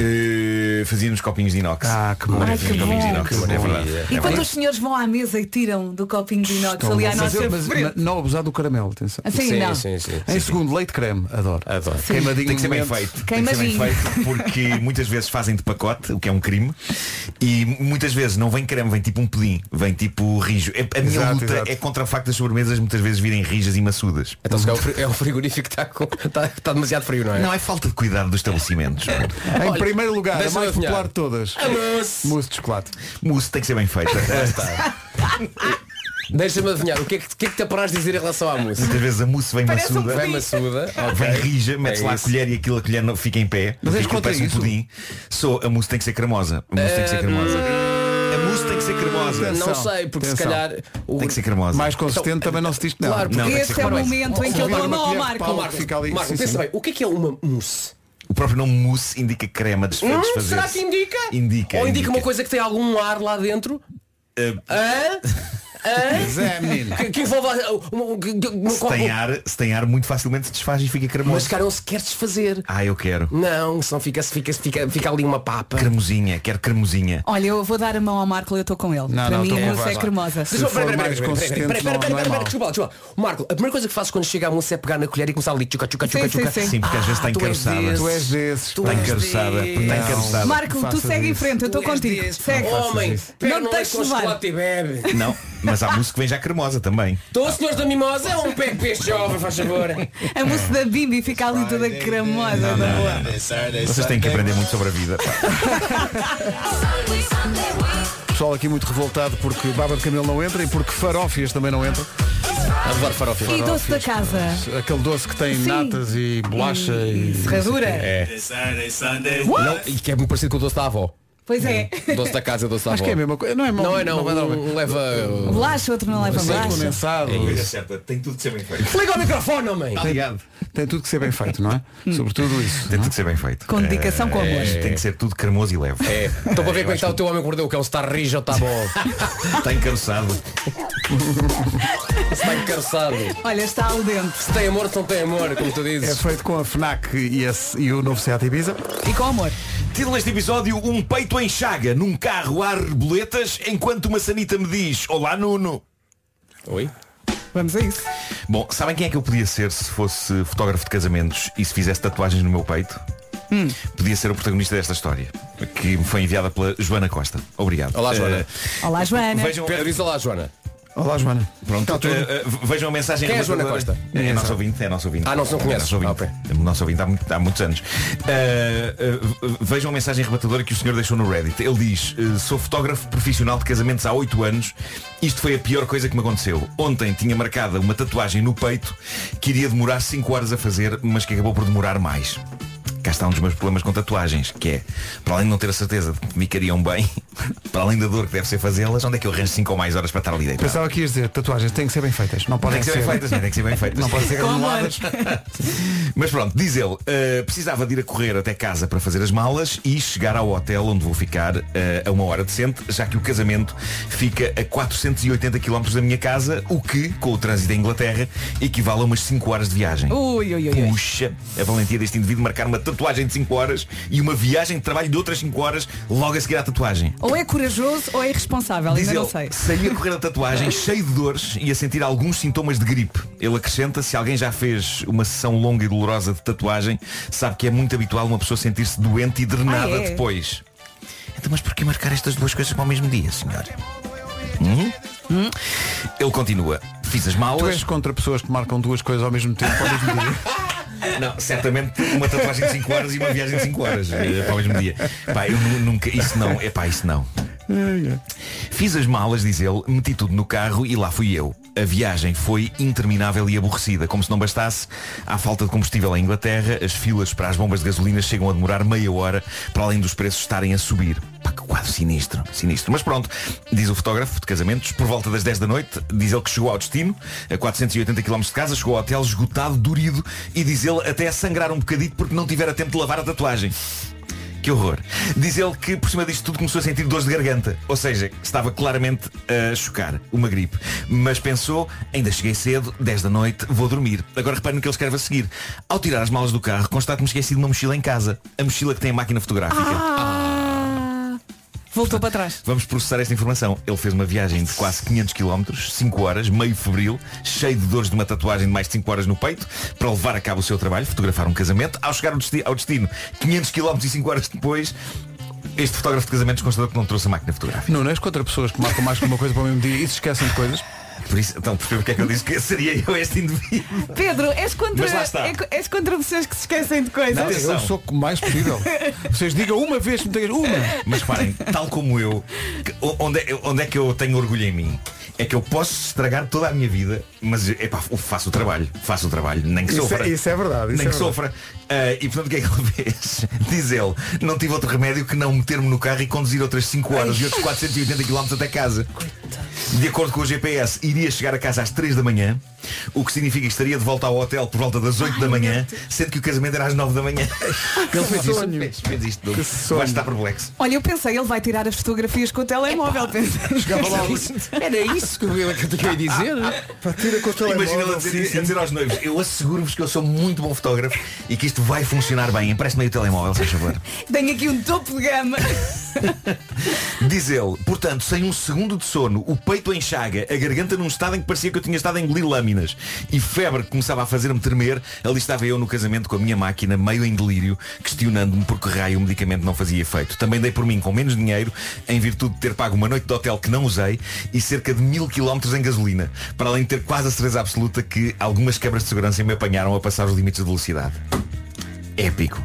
Speaker 10: Eh, fazia nos copinhos de inox.
Speaker 2: Ah, que bom.
Speaker 9: Ai,
Speaker 10: Fazia nos
Speaker 9: que
Speaker 10: copinhos de
Speaker 9: bom.
Speaker 10: inox.
Speaker 6: Que
Speaker 10: É
Speaker 6: bom.
Speaker 10: verdade.
Speaker 6: E
Speaker 10: É
Speaker 9: E quando
Speaker 10: verdade.
Speaker 9: os senhores vão à mesa e tiram do copinho de inox ali à
Speaker 2: mas,
Speaker 9: nossa
Speaker 2: eu- mas-
Speaker 9: frente.
Speaker 2: mas não abusar do caramelo, atenção.
Speaker 9: Assim
Speaker 6: sim,
Speaker 9: não.
Speaker 6: sim, sim.
Speaker 2: Em segundo, leite creme, adoro.
Speaker 6: Adoro.
Speaker 2: Queimadinho
Speaker 10: Tem que ser bem
Speaker 2: no momento.
Speaker 10: feito. Tem que ser bem
Speaker 9: Queimadinho.
Speaker 10: feito porque muitas vezes fazem de pacote, o que é um crime, e muitas vezes não vem creme, vem tipo um pudim, vem tipo rijo. É- A minha
Speaker 2: Exato,
Speaker 10: luta
Speaker 2: exato.
Speaker 10: é contra o facto das sobremesas muitas vezes virem rijas e maçudas.
Speaker 6: Então se calhar é o fri- é o frigorífico que está com- está- está demasiado frio, não é?
Speaker 10: Não é falta de cuidado dos estabelecimentos.
Speaker 2: Em primeiro lugar, a
Speaker 6: deixa-me
Speaker 2: mais
Speaker 6: adivinhar.
Speaker 2: popular de todas.
Speaker 6: Vamos!
Speaker 2: Mousse de chocolate.
Speaker 10: Mousse tem que ser bem feita.
Speaker 6: Deixa-me adivinhar, o que é que, o que, é que te apraz dizer em relação à música?
Speaker 10: Muitas vezes a mousse vem
Speaker 9: Parece um
Speaker 10: maçuda.
Speaker 6: Vem maçuda,
Speaker 10: Vem
Speaker 6: ok.
Speaker 10: rija, metes
Speaker 6: É
Speaker 10: lá a
Speaker 6: isso.
Speaker 10: colher e aquilo a colher não fica em pé.
Speaker 2: Mas és
Speaker 10: Fica-
Speaker 2: contra
Speaker 10: parece um
Speaker 2: isso?
Speaker 10: pudim. Sou, a mousse tem que ser cremosa. A mousse
Speaker 6: Hum.
Speaker 10: tem que ser cremosa. A mousse tem que ser cremosa.
Speaker 6: Não
Speaker 2: Atenção,
Speaker 6: sei, porque se
Speaker 2: atenção.
Speaker 6: calhar o...
Speaker 10: Tem que ser cremosa.
Speaker 2: Mais consistente também não se diz que não.
Speaker 6: Então, Claro,
Speaker 10: Não, tem que ser
Speaker 9: Esse é o
Speaker 10: cremosa.
Speaker 9: momento em que eu dou a mão ao Marco.
Speaker 6: Ó,
Speaker 2: Marco, fica ali.
Speaker 6: Marco,
Speaker 2: Sim,
Speaker 6: pensa
Speaker 2: sim.
Speaker 6: bem, o que é que é uma mousse?
Speaker 10: O próprio nome mousse indica crema desfe-
Speaker 6: Hum,
Speaker 10: desfazer-se.
Speaker 6: será que indica?
Speaker 10: Indica. Ah,
Speaker 6: Ou indica uma coisa que tem algum ar lá dentro? Hã? Hã?
Speaker 2: Zé, menino.
Speaker 6: Que, que envolve ah, um- um- que- que- um
Speaker 10: é, Se
Speaker 6: copo-
Speaker 10: tem, ar, se tem ar, muito facilmente se desfaz e fica cremoso.
Speaker 6: Mas cara, não se quer desfazer.
Speaker 10: Ah, eu quero.
Speaker 6: Não, senão fica, fica, fica, fica ali uma papa.
Speaker 10: Cremosinha, quero cremosinha.
Speaker 9: Olha, eu vou dar a mão ao Marco e eu estou com ele. Para
Speaker 2: não,
Speaker 9: mim,
Speaker 2: estou
Speaker 9: a
Speaker 2: com
Speaker 9: mousse é
Speaker 2: vá.
Speaker 9: cremosa.
Speaker 2: Se
Speaker 6: Deixa
Speaker 2: for mais consistente, não- não é mau.
Speaker 6: desculpa, lá, desculpa. lá. Marco, a primeira coisa que faço quando chega à moça é pegar na colher e começar ali tchuca, tchuca, tchuca,
Speaker 9: Sim, sim,
Speaker 6: tchuca.
Speaker 9: sim.
Speaker 10: Sim, porque às vezes está
Speaker 6: Ah, tu és
Speaker 10: encaroçada.
Speaker 6: desse.
Speaker 2: Tu és desses.
Speaker 6: Tu
Speaker 2: pá.
Speaker 10: Está
Speaker 6: és
Speaker 10: encaroçada,
Speaker 6: desse.
Speaker 10: está
Speaker 2: Não.
Speaker 10: encaroçada.
Speaker 9: Marco, tu
Speaker 2: Faças
Speaker 9: segue em
Speaker 2: isso.
Speaker 9: frente, eu estou
Speaker 6: Tu és
Speaker 9: contigo.
Speaker 6: desse.
Speaker 9: Segue.
Speaker 6: Homem,
Speaker 9: Não
Speaker 6: pega
Speaker 9: te
Speaker 6: não
Speaker 9: deixes
Speaker 6: com
Speaker 9: levar.
Speaker 6: chocolate e bebe.
Speaker 10: Não, mas há mousse que vem já cremosa também.
Speaker 6: Então, senhores da mimosa, é um pé que este jovem, faz favor.
Speaker 9: A mousse da Bimbi fica ali toda cremosa. na boa.
Speaker 10: Vocês têm que aprender muito sobre a vida. pá.
Speaker 2: Pessoal aqui muito revoltado porque baba de camelo não entra e porque farófias também não entram.
Speaker 6: Adoro farofa.
Speaker 9: E doce da casa.
Speaker 2: Aquele doce que tem
Speaker 9: Sim.
Speaker 2: natas e bolacha e.
Speaker 9: Serradura.
Speaker 2: é.
Speaker 6: Não, e que é muito parecido com o doce da avó.
Speaker 9: Pois é.
Speaker 6: Doce da casa, doce da
Speaker 2: Acho
Speaker 6: avó.
Speaker 2: que é a mesma coisa. Não é mau-
Speaker 6: Não é não,
Speaker 2: vai dar bem.
Speaker 6: um leva...
Speaker 9: Bolacha, outro não leva
Speaker 2: Leite
Speaker 9: bolacha.
Speaker 2: condensado.
Speaker 6: É
Speaker 10: certa, tem tudo que ser bem feito.
Speaker 6: Liga o microfone, homem!
Speaker 10: Obrigado.
Speaker 2: Tem tudo que ser bem feito, não é?
Speaker 9: Hum.
Speaker 2: Sobretudo isso.
Speaker 10: Tem tudo que ser bem feito.
Speaker 9: Com dedicação, com
Speaker 10: Eh,
Speaker 9: amor.
Speaker 10: Tem que ser tudo cremoso e leve.
Speaker 6: É, estou para ver como é que está o teu homem que mordeu o cão, se está rijo ou está bom.
Speaker 10: Está encaroçado.
Speaker 6: se tá está encarçado.
Speaker 9: Olha, está ao dente.
Speaker 6: Se tem amor, se não tem amor, como tu
Speaker 2: É
Speaker 6: dizes.
Speaker 2: feito com a FNAC e, esse- e o novo Seat Ibiza.
Speaker 9: E com amor.
Speaker 10: Título deste episódio, um peito em chaga num carro a arreboletas enquanto uma sanita me diz Olá Nuno.
Speaker 6: Oi?
Speaker 9: Vamos a isso.
Speaker 10: Bom, sabem quem é que eu podia ser se fosse fotógrafo de casamentos e se fizesse tatuagens no meu peito?
Speaker 9: Hum.
Speaker 10: Podia ser o protagonista desta história, que me foi enviada pela Joana Costa. Obrigado.
Speaker 6: Olá, Joana.
Speaker 9: Olá,
Speaker 10: Eh,
Speaker 9: Joana.
Speaker 10: vejam,
Speaker 6: Pedro, diz olá, Joana.
Speaker 10: Um
Speaker 2: Olá, Joana.
Speaker 10: pronto,
Speaker 2: Está tudo.
Speaker 10: eh, eh, vejam a mensagem
Speaker 6: Tá Quem é a Joana
Speaker 10: rebatedora.
Speaker 6: Costa?
Speaker 10: É, nosso ouvinte, é nosso ouvinte.
Speaker 6: Ah, não, se não conheces.
Speaker 10: É nosso ouvinte, É nosso ouvinte há, muito- há muitos anos. Eh, eh, vejam a mensagem rebatedora que o senhor deixou no Reddit. Ele diz, eh, sou fotógrafo profissional de casamentos há 8 anos. Isto foi a pior coisa que me aconteceu. Ontem tinha marcada uma tatuagem no peito que iria demorar 5 horas a fazer, mas que acabou por demorar mais. Cá está um dos meus problemas com tatuagens, que é, para além de não ter a certeza de que me cariam bem, para além da dor que deve ser fazê-las, onde é que eu arranjo 5 ou mais horas para estar ali deitado?
Speaker 2: Pensava que ias dizer, tatuagens têm que ser bem feitas. Não podem
Speaker 10: Tem que ser bem feitas, não é? Tem que ser bem feitas.
Speaker 2: Não podem ser
Speaker 10: Com
Speaker 2: granuladas.
Speaker 10: Mas pronto, diz ele, eh, precisava de ir a correr até casa para fazer as malas e chegar ao hotel onde vou ficar eh, a uma hora decente, já que o casamento fica a 480 km da minha casa, o que, com o trânsito da Inglaterra, equivale a umas 5 horas de viagem.
Speaker 4: Ui, ui, ui, ui.
Speaker 10: Puxa, a valentia deste indivíduo marcar uma tatuagem de 5 horas e uma viagem de trabalho de outras 5 horas logo a seguir à tatuagem.
Speaker 9: Ou é corajoso ou é irresponsável,
Speaker 10: Diz
Speaker 9: ainda
Speaker 10: ele,
Speaker 9: não sei.
Speaker 10: saí a correr a tatuagem cheio de dores e a sentir alguns sintomas de gripe. Ele acrescenta, se alguém já fez uma sessão longa e dolorosa de tatuagem, sabe que é muito habitual uma pessoa sentir-se doente e drenada
Speaker 11: Ah, é?
Speaker 10: depois. Então, mas porquê marcar estas duas coisas para o mesmo dia, senhora? Hum? Ele continua. Fiz as malas.
Speaker 2: Tu és contra pessoas que marcam duas coisas ao mesmo tempo, ao mesmo dia.
Speaker 10: Não, certamente uma tatuagem de 5 horas e uma viagem de 5 horas eh, para o mesmo dia. Pá, eu nu- nunca. Isso não, é pá, isso não. Fiz as malas, diz ele, meti tudo no carro e lá fui eu. A viagem foi interminável e aborrecida. Como se não bastasse, à falta de combustível em Inglaterra, as filas para as bombas de gasolina chegam a demorar meia hora, para além dos preços estarem a subir. Pá, que quadro sinistro, sinistro. Mas pronto, diz o fotógrafo de casamentos, por volta das 10 da noite, diz ele que chegou ao destino, a 480 km de casa, chegou ao hotel esgotado, dorido, e diz ele até a sangrar um bocadito porque não tivera tempo de lavar a tatuagem. Que horror. Diz ele que por cima disto tudo começou a sentir dores de garganta. Ou seja, estava claramente a chocar uma gripe. Mas pensou, ainda cheguei cedo, 10 da noite, vou dormir. Agora reparem no que ele escreve a seguir. Ao tirar as malas do carro, constato-me esqueci de uma mochila em casa. A mochila que tem a máquina fotográfica.
Speaker 9: Voltou para trás.
Speaker 10: Vamos processar esta informação. Ele fez uma viagem de quase 500 km, 5 horas, meio febril, cheio de dores de uma tatuagem de mais de 5 horas no peito, para levar a cabo o seu trabalho, fotografar um casamento. Ao chegar ao desti- ao destino, 500 km e 5 horas depois, este fotógrafo de casamentos constatou que não trouxe a máquina fotográfica.
Speaker 2: Não, não és contra pessoas que marcam mais que uma coisa para o mesmo dia e se esquecem de coisas.
Speaker 10: Por isso, então percebo porque é que eu disse que seria eu este indivíduo.
Speaker 4: Pedro, és contra,
Speaker 10: Mas lá está.
Speaker 4: é co- és contra pessoas que se esquecem de coisas.
Speaker 2: eu sou o mais possível. Vocês digam uma vez que me tenhas uma.
Speaker 10: Mas reparem, tal como eu, que- o- onde, é- onde é que eu tenho orgulho em mim? É que eu posso estragar toda a minha vida, mas epá, faço o trabalho, faço o trabalho, nem que
Speaker 2: Isso é-
Speaker 10: sofra.
Speaker 2: isso é verdade, isso
Speaker 10: nem
Speaker 2: é
Speaker 10: que
Speaker 2: verdade.
Speaker 10: sofra. Ah, e portanto o que é que ele fez? Diz ele, não tive outro remédio que não meter-me no carro e conduzir outras 5 horas e outros 480 km até casa. De acordo com o GPS, iria chegar a casa às 3 da manhã, o que significa que estaria de volta ao hotel por volta das 8 da manhã, sendo que o casamento era às 9 da manhã. Ele fez isso.
Speaker 4: sonho.
Speaker 10: Fez, fez isto. Vais estar perplexo.
Speaker 4: Olha, eu pensei, ele vai tirar as fotografias com o telemóvel. pensei.
Speaker 6: Era isso que eu ia dizer.
Speaker 2: tira com o
Speaker 10: Imagina ele é a dizer, a dizer aos noivos, eu asseguro-vos que eu sou muito bom fotógrafo e que isto vai funcionar bem. Empreste-me aí o telemóvel, se faz favor.
Speaker 4: Tenho aqui um topo de gama.
Speaker 10: Diz ele, portanto, sem um segundo de sono, o peito em chaga, a garganta num estado em que parecia que eu tinha estado a engolir lâminas e febre que começava a fazer-me tremer, ali estava eu no casamento com a minha máquina, meio em delírio, questionando-me por que raio o medicamento não fazia efeito. Também dei por mim com menos dinheiro, em virtude de ter pago uma noite de hotel que não usei e cerca de mil quilómetros em gasolina, para além de ter quase a certeza absoluta que algumas quebras de segurança me apanharam a passar os limites de velocidade. Épico.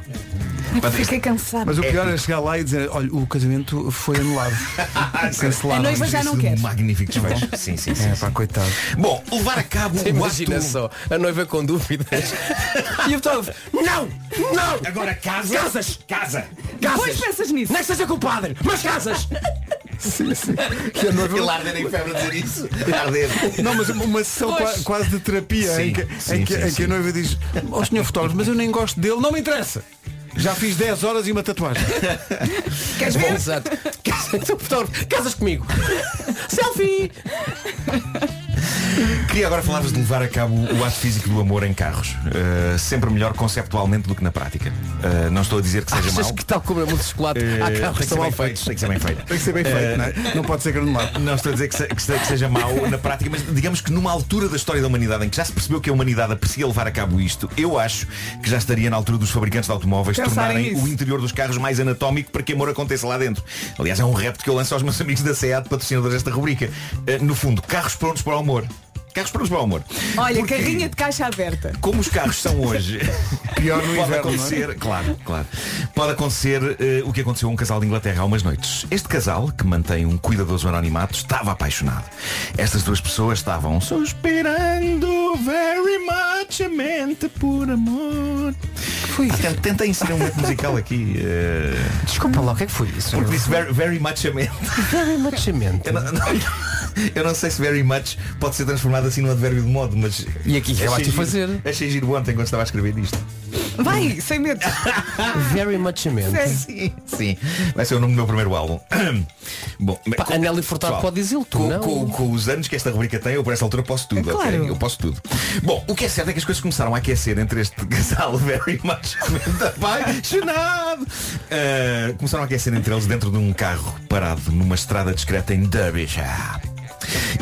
Speaker 4: Fiquei cansado.
Speaker 2: Mas o pior é chegar lá e dizer, olha, o casamento foi anulado. Cancelado.
Speaker 4: A noiva já não quer.
Speaker 10: é Magnífico desfecho. Sim, sim, sim.
Speaker 2: É, pá, coitado.
Speaker 10: Bom, levar a cabo o
Speaker 6: Imagina
Speaker 10: ato...
Speaker 6: só, a noiva com dúvidas. e o fotógrafo, não! Não!
Speaker 10: Agora casa.
Speaker 6: Casas!
Speaker 10: Casa!
Speaker 6: Casas!
Speaker 4: Depois pensas nisso.
Speaker 6: Nem que seja compadre, mas casas!
Speaker 2: Sim, sim. E a noiva-
Speaker 10: Ele arder em febre a dizer isso. Arder.
Speaker 2: Não, mas uma uma sessão
Speaker 4: Pois.
Speaker 2: qua- quase de terapia
Speaker 10: Sim,
Speaker 2: em, que,
Speaker 10: sim,
Speaker 2: em que-
Speaker 10: sim,
Speaker 2: em que
Speaker 10: sim.
Speaker 2: a noiva diz, ó senhor fotógrafo, mas eu nem gosto dele, não me interessa. Já fiz 10 horas e uma tatuagem.
Speaker 4: Queres ver?
Speaker 6: Exato. Casas- o fotógrafo, Casas comigo! Selfie!
Speaker 10: Queria agora falar-vos de levar a cabo o ato físico do amor em carros. Uh, sempre melhor conceptualmente do que na prática. Uh, não estou a dizer que seja
Speaker 6: Achas
Speaker 10: mau.
Speaker 6: que tal como a mousse de chocolate
Speaker 10: Uh,
Speaker 6: há carros
Speaker 10: tem
Speaker 6: que
Speaker 10: que ser
Speaker 6: são mal
Speaker 10: bem
Speaker 6: feitos?
Speaker 10: feito. Tem que ser bem feito.
Speaker 2: Tem que ser bem feito, não é? Não pode ser granulado.
Speaker 10: Não estou a dizer que, se- que se- que seja mau na prática, mas digamos que numa altura da história da humanidade em que já se percebeu que a humanidade aprecia levar a cabo isto, eu acho que já estaria na altura dos fabricantes de automóveis
Speaker 4: Pensarem
Speaker 10: tornarem
Speaker 4: nisso.
Speaker 10: o interior dos carros mais anatómico para que amor aconteça lá dentro. Aliás, é um repto que eu lanço aos meus amigos da SEAT, patrocinadores desta rubrica. Eh, no fundo, carros prontos para o amor. Carros prontos para o amor.
Speaker 4: Olha,
Speaker 10: Porque-
Speaker 4: carrinha de caixa aberta.
Speaker 10: como os carros são hoje,
Speaker 2: Pior no
Speaker 10: pode
Speaker 2: inverno, não é?
Speaker 10: acontecer, claro, claro, pode acontecer eh, o que aconteceu a um casal de Inglaterra há umas noites. Este casal, que mantém um cuidadoso anonimato, estava apaixonado. Estas duas pessoas estavam suspirando very much a mente por amor. foi? Tentei inserir um momento musical aqui. eh,
Speaker 6: Desculpa lá, o que é que foi isso?
Speaker 10: Porque disse very, very much a man.
Speaker 6: Very much a man.
Speaker 10: Eu não, não- eu não sei se very much pode ser transformado assim num advérbio de modo, mas.
Speaker 6: E aqui
Speaker 10: achei
Speaker 6: acabaste de
Speaker 10: giro-
Speaker 6: fazer.
Speaker 10: Achei giro ontem quando estava a escrever isto.
Speaker 4: Vai, sem medo.
Speaker 6: Very much a man.
Speaker 10: Sim, sim. Vai ser o nome do meu primeiro álbum. Bom, mas
Speaker 6: Pá, a Nelly Furtado
Speaker 10: pessoal,
Speaker 6: pode dizê-lo, tu
Speaker 10: com,
Speaker 6: não?
Speaker 10: com- com os anos que esta rubrica tem, eu por esta altura posso tudo,
Speaker 4: É claro.
Speaker 10: ok? Eu posso tudo. Bom, o que é certo é que as coisas começaram a aquecer entre este casal very much apaixonado. Uh, começaram a aquecer entre eles dentro de um carro parado numa estrada discreta em Derbyshire.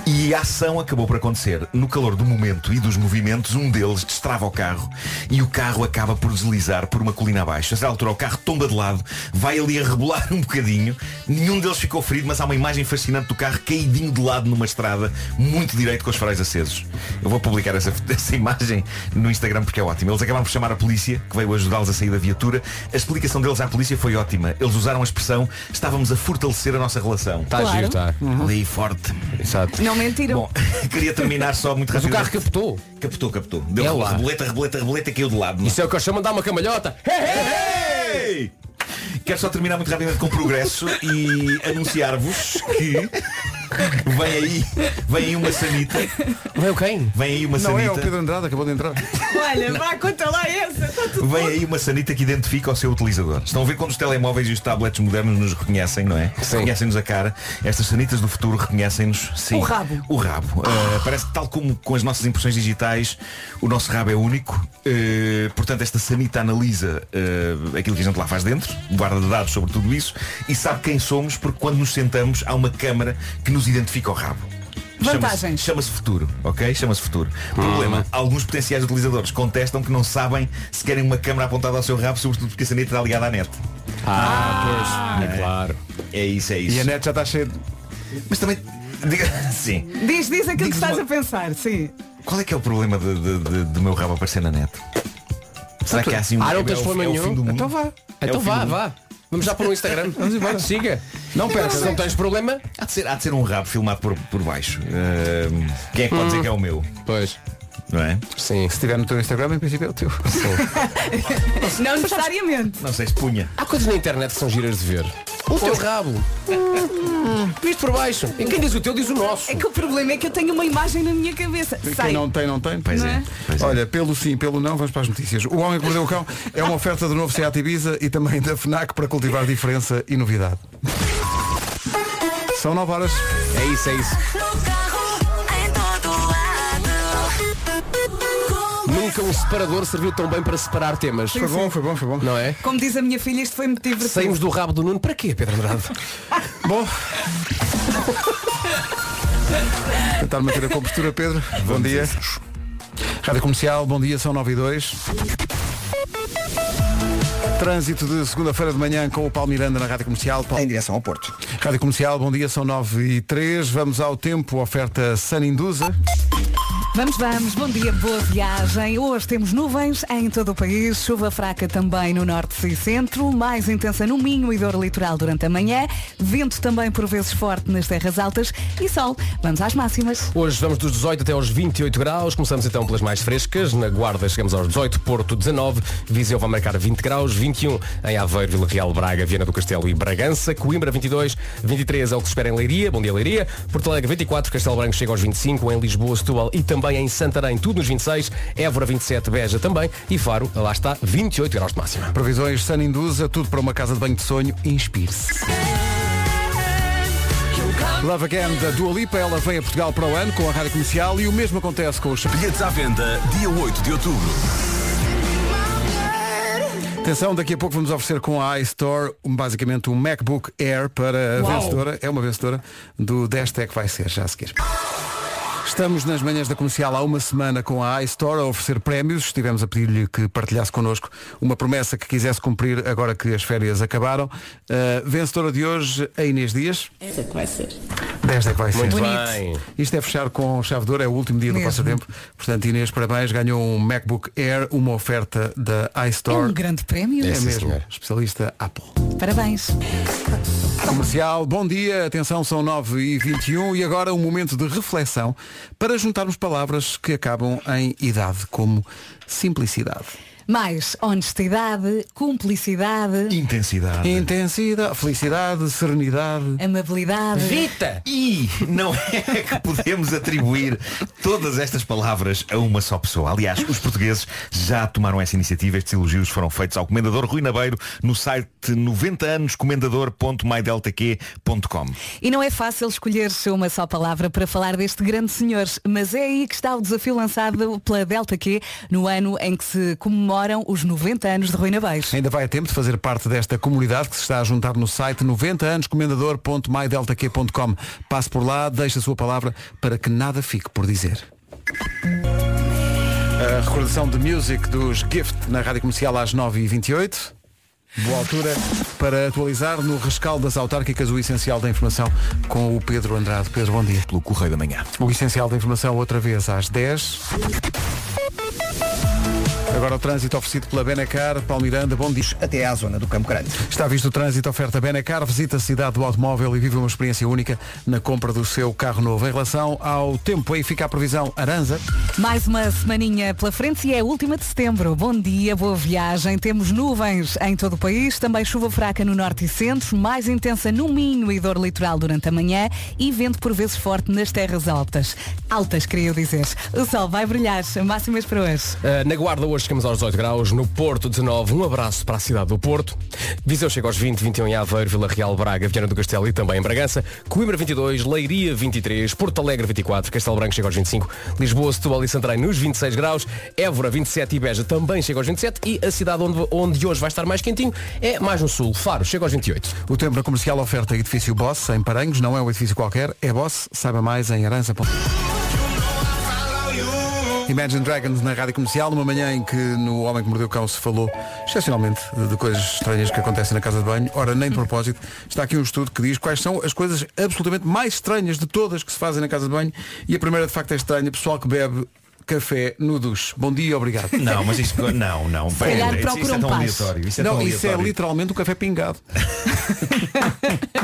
Speaker 10: E a ação acabou por acontecer. No calor do momento e dos movimentos, um deles destrava o carro e o carro acaba por deslizar por uma colina abaixo. A certa altura o carro tomba de lado, vai ali a rebolar um bocadinho. Nenhum deles ficou ferido, mas há uma imagem fascinante do carro caidinho de lado numa estrada, muito direito com os faróis acesos. Eu vou publicar essa, essa imagem no Instagram porque é ótimo. Eles acabaram por chamar a polícia, que veio ajudá-los a sair da viatura. A explicação deles à polícia foi ótima. Eles usaram a expressão estávamos a fortalecer a nossa relação.
Speaker 6: Está giro, está.
Speaker 10: Tá. Ali forte.
Speaker 6: Uhum. Exato.
Speaker 4: Não mentiram.
Speaker 10: Bom, queria terminar só muito
Speaker 6: Mas o
Speaker 10: rápido.
Speaker 6: carro captou.
Speaker 10: Capotou, capotou. Deu
Speaker 6: É lá.
Speaker 10: reboleta, reboleta, reboleta e caiu de lado.
Speaker 6: Isso é o que eu chamo de dar uma É. camalhota.
Speaker 10: Ei! Quero só terminar muito rapidamente com o progresso e anunciar-vos que vem aí, vem aí uma sanita,
Speaker 6: Veio quem?
Speaker 10: vem aí uma
Speaker 2: Não é,
Speaker 10: sanita,
Speaker 2: o Pedro Andrade acabou de entrar.
Speaker 4: Olha, vá, conta lá essa. Está tudo
Speaker 10: vem aí uma sanita que identifica o seu utilizador. Estão a ver quando os telemóveis e os tablets modernos nos reconhecem, não é?
Speaker 6: Sim.
Speaker 10: Reconhecem-nos a cara. Estas sanitas do futuro reconhecem-nos, sim.
Speaker 4: O rabo.
Speaker 10: O rabo. Uh, parece que tal como com as nossas impressões digitais, o nosso rabo é único. Uh, portanto, esta sanita analisa uh, aquilo que a gente lá faz dentro, guarda dados sobre tudo isso e sabe quem somos porque quando nos sentamos há uma câmara que nos identifica o rabo. Chama-se-
Speaker 4: Vantagens.
Speaker 10: Chama-se futuro, ok? Chama-se futuro. Problema, alguns potenciais utilizadores contestam que não sabem se querem uma câmara apontada ao seu rabo, sobretudo porque a sanita está ligada à net.
Speaker 6: Ah, pois. É claro.
Speaker 10: É isso, é isso.
Speaker 2: E a net já está cheia de...
Speaker 10: Mas também, diga- sim,
Speaker 4: Diz, diz aquilo que
Speaker 10: Diz
Speaker 4: estás
Speaker 10: uma-
Speaker 4: a pensar, sim.
Speaker 10: Qual é que é o problema de- de- de- do meu rabo aparecer na net? Será que há assim um
Speaker 6: Ah, não
Speaker 10: é o-
Speaker 6: tens problema
Speaker 10: é o
Speaker 6: nenhum?
Speaker 10: fim do mundo?
Speaker 2: Então vá.
Speaker 10: É
Speaker 6: Então
Speaker 10: o fim
Speaker 6: vá,
Speaker 10: do-
Speaker 6: vá. Vamos já para o Instagram. Vamos embora. Siga. Não percas. Se não tens problema,
Speaker 10: Há de ser, há de ser um rabo filmado por, por baixo. Ahm, quem é que pode dizer que é o meu?
Speaker 6: pois.
Speaker 10: Não é?
Speaker 6: Sim.
Speaker 2: Se estiver no teu Instagram, em princípio é o teu.
Speaker 4: Não necessariamente.
Speaker 10: Não sei se punha.
Speaker 6: Há coisas na internet que são giras de ver. O teu rabo. Hum, Visto por baixo. E quem diz o teu diz o nosso.
Speaker 4: É que o problema é que eu tenho uma imagem na minha cabeça.
Speaker 2: Quem
Speaker 4: Sai.
Speaker 2: não tem, não tem.
Speaker 10: Pois é.
Speaker 4: Não é?
Speaker 10: Pois é.
Speaker 2: Olha, pelo sim, pelo não, vamos para as notícias. O Homem que Mordeu o Cão é uma oferta do novo Seat Ibiza e também da FNAC para cultivar diferença e novidade. São 9 horas.
Speaker 6: É isso, é isso.
Speaker 7: No carro, em todo lado.
Speaker 6: Nunca um separador serviu tão bem para separar temas.
Speaker 2: Foi bom, foi bom, foi bom.
Speaker 6: Não é?
Speaker 4: Como diz a minha filha, isto foi muito divertido.
Speaker 6: Saímos do rabo do Nuno para quê, Pedro Andrade?
Speaker 2: Bom. Tentar manter a compostura, Pedro. Bom dia. Rádio Comercial, bom dia, são 9 e 2. Trânsito de segunda-feira de manhã com o Paulo Miranda na Rádio Comercial. Paulo-
Speaker 3: Em direção ao Porto.
Speaker 2: Rádio Comercial, bom dia, são 9 e 3. Vamos ao tempo, oferta Sun Indusa.
Speaker 4: Vamos, vamos, bom dia, boa viagem. Hoje temos nuvens em todo o país, chuva fraca também no norte e centro, mais intensa no Minho e dor litoral durante a manhã, vento também por vezes forte nas terras altas e sol. Vamos às máximas.
Speaker 6: Hoje vamos dos 18 até aos 28 graus. Começamos então pelas mais frescas. Na Guarda chegamos aos 18, Porto 19, Viseu vai marcar 20 graus, 21 em Aveiro, Vila Real, Braga, Viana do Castelo e Bragança, Coimbra 22, 23 é o que se espera em Leiria, Bom dia Leiria, Porto Alegre 24, Castelo Branco chega aos 25, em Lisboa, Setúbal e também em Santarém, tudo nos 26, Évora 27, Beja também e Faro, lá está, 28 graus de máxima.
Speaker 2: Previsões Sun Indusa, tudo para uma casa de banho de sonho. Inspire-se. Love Again da Dua Lipa, ela vem a Portugal para o ano com a Rádio Comercial e o mesmo acontece com os
Speaker 11: Bilhetes à venda dia 8 de outubro.
Speaker 2: Atenção, daqui a pouco vamos oferecer com a iStore um, basicamente um MacBook Air para a vencedora, é uma vencedora do 10 Tech vai ser, já a seguir. Estamos nas manhãs da comercial há uma semana com a iStore a oferecer prémios. Estivemos a pedir-lhe que partilhasse connosco uma promessa que quisesse cumprir agora que as férias acabaram. Uh, vencedora de hoje, a Inês Dias.
Speaker 5: Essa que vai ser.
Speaker 2: 10 é que vai ser.
Speaker 6: Muito
Speaker 4: Bonito.
Speaker 6: bem.
Speaker 2: Isto é fechar com chave de ouro, é o último dia do
Speaker 4: Mesmo.
Speaker 2: passatempo. Portanto, Inês, parabéns, ganhou um MacBook Air, uma oferta da
Speaker 4: É
Speaker 2: iStore.
Speaker 4: um grande prémio.
Speaker 2: É
Speaker 6: sim,
Speaker 2: mesmo,
Speaker 6: senhor.
Speaker 2: especialista Apple.
Speaker 4: Parabéns.
Speaker 2: Comercial, bom dia, atenção, são 9 e 21 e agora um momento de reflexão para juntarmos palavras que acabam em idade, como simplicidade.
Speaker 4: Mais honestidade, cumplicidade,
Speaker 10: Intensidade.
Speaker 2: Intensidade, felicidade, serenidade.
Speaker 4: amabilidade.
Speaker 6: Vita!
Speaker 10: E não é que podemos atribuir todas estas palavras a uma só pessoa. Aliás, os portugueses já tomaram essa iniciativa. Estes elogios foram feitos ao Comendador Rui Nabeiro no site 90anoscomendador.mydeltaq.com.
Speaker 4: E não é fácil escolher uma só palavra para falar deste grande senhor, mas é aí que está o desafio lançado pela Delta Q no ano em que se comemoram os 90 anos de Rui Nabeiro.
Speaker 2: Ainda vai a tempo de fazer parte desta comunidade que se está a juntar no site 90anoscomendador.mydeltaq.com. Passe por lá, deixe a sua palavra para que nada fique por dizer. A recordação de music dos Gift na Rádio Comercial às 9h28. Boa altura para atualizar no rescaldo das autárquicas o essencial da informação com o Pedro Andrade. Pedro, bom dia.
Speaker 12: Pelo Correio da Manhã.
Speaker 2: O essencial da informação outra vez às 10. Agora o trânsito oferecido pela Benacar, Paulo Miranda, bom dia.
Speaker 13: Até à zona do Campo Grande.
Speaker 2: Está visto o trânsito oferta Benacar, visita a cidade do automóvel e vive uma experiência única na compra do seu carro novo. Em relação ao tempo, aí fica a previsão Aranza.
Speaker 4: Mais uma semaninha pela frente e é a última de setembro. Bom dia, boa viagem. Temos nuvens em todo o país, também chuva fraca no norte e centro, mais intensa no Minho e dor litoral durante a manhã e vento por vezes forte nas terras altas. Altas, queria eu dizer. O sol vai brilhar, máximas para hoje.
Speaker 6: Uh, na Guarda hoje chegamos aos 18 graus, no Porto 19, um abraço para a cidade do Porto. Viseu chega aos 20, 21 em Aveiro, Vila Real, Braga, Viana do Castelo e também em Bragança. Coimbra 22, Leiria 23, Porto Alegre 24, Castelo Branco chega aos 25, Lisboa, Setúbal e Santarém nos 26 graus, Évora 27 e Beja também chega aos 27 e a cidade onde, onde hoje vai estar mais quentinho é mais no sul, Faro chega aos 28.
Speaker 2: O tempo na comercial oferta edifício Boss, em Paranhos, não é um edifício qualquer, é Boss, saiba mais em aranza. Imagine Dragons na Rádio Comercial, numa manhã em que no Homem que Mordeu o Cão se falou excepcionalmente de, de coisas estranhas que acontecem na casa de banho. Ora, nem de propósito, está aqui um estudo que diz quais são as coisas absolutamente mais estranhas de todas que se fazem na casa de banho. E a primeira de facto é estranha, pessoal que bebe café no duche. Bom dia, obrigado.
Speaker 10: Não, mas isso não, não. Pera,
Speaker 4: calhar
Speaker 10: isso, isso é
Speaker 4: procuram
Speaker 10: tão
Speaker 4: paz.
Speaker 10: aleatório. Isso é
Speaker 2: não,
Speaker 10: tão
Speaker 2: isso é
Speaker 10: aleatório.
Speaker 2: literalmente um café pingado.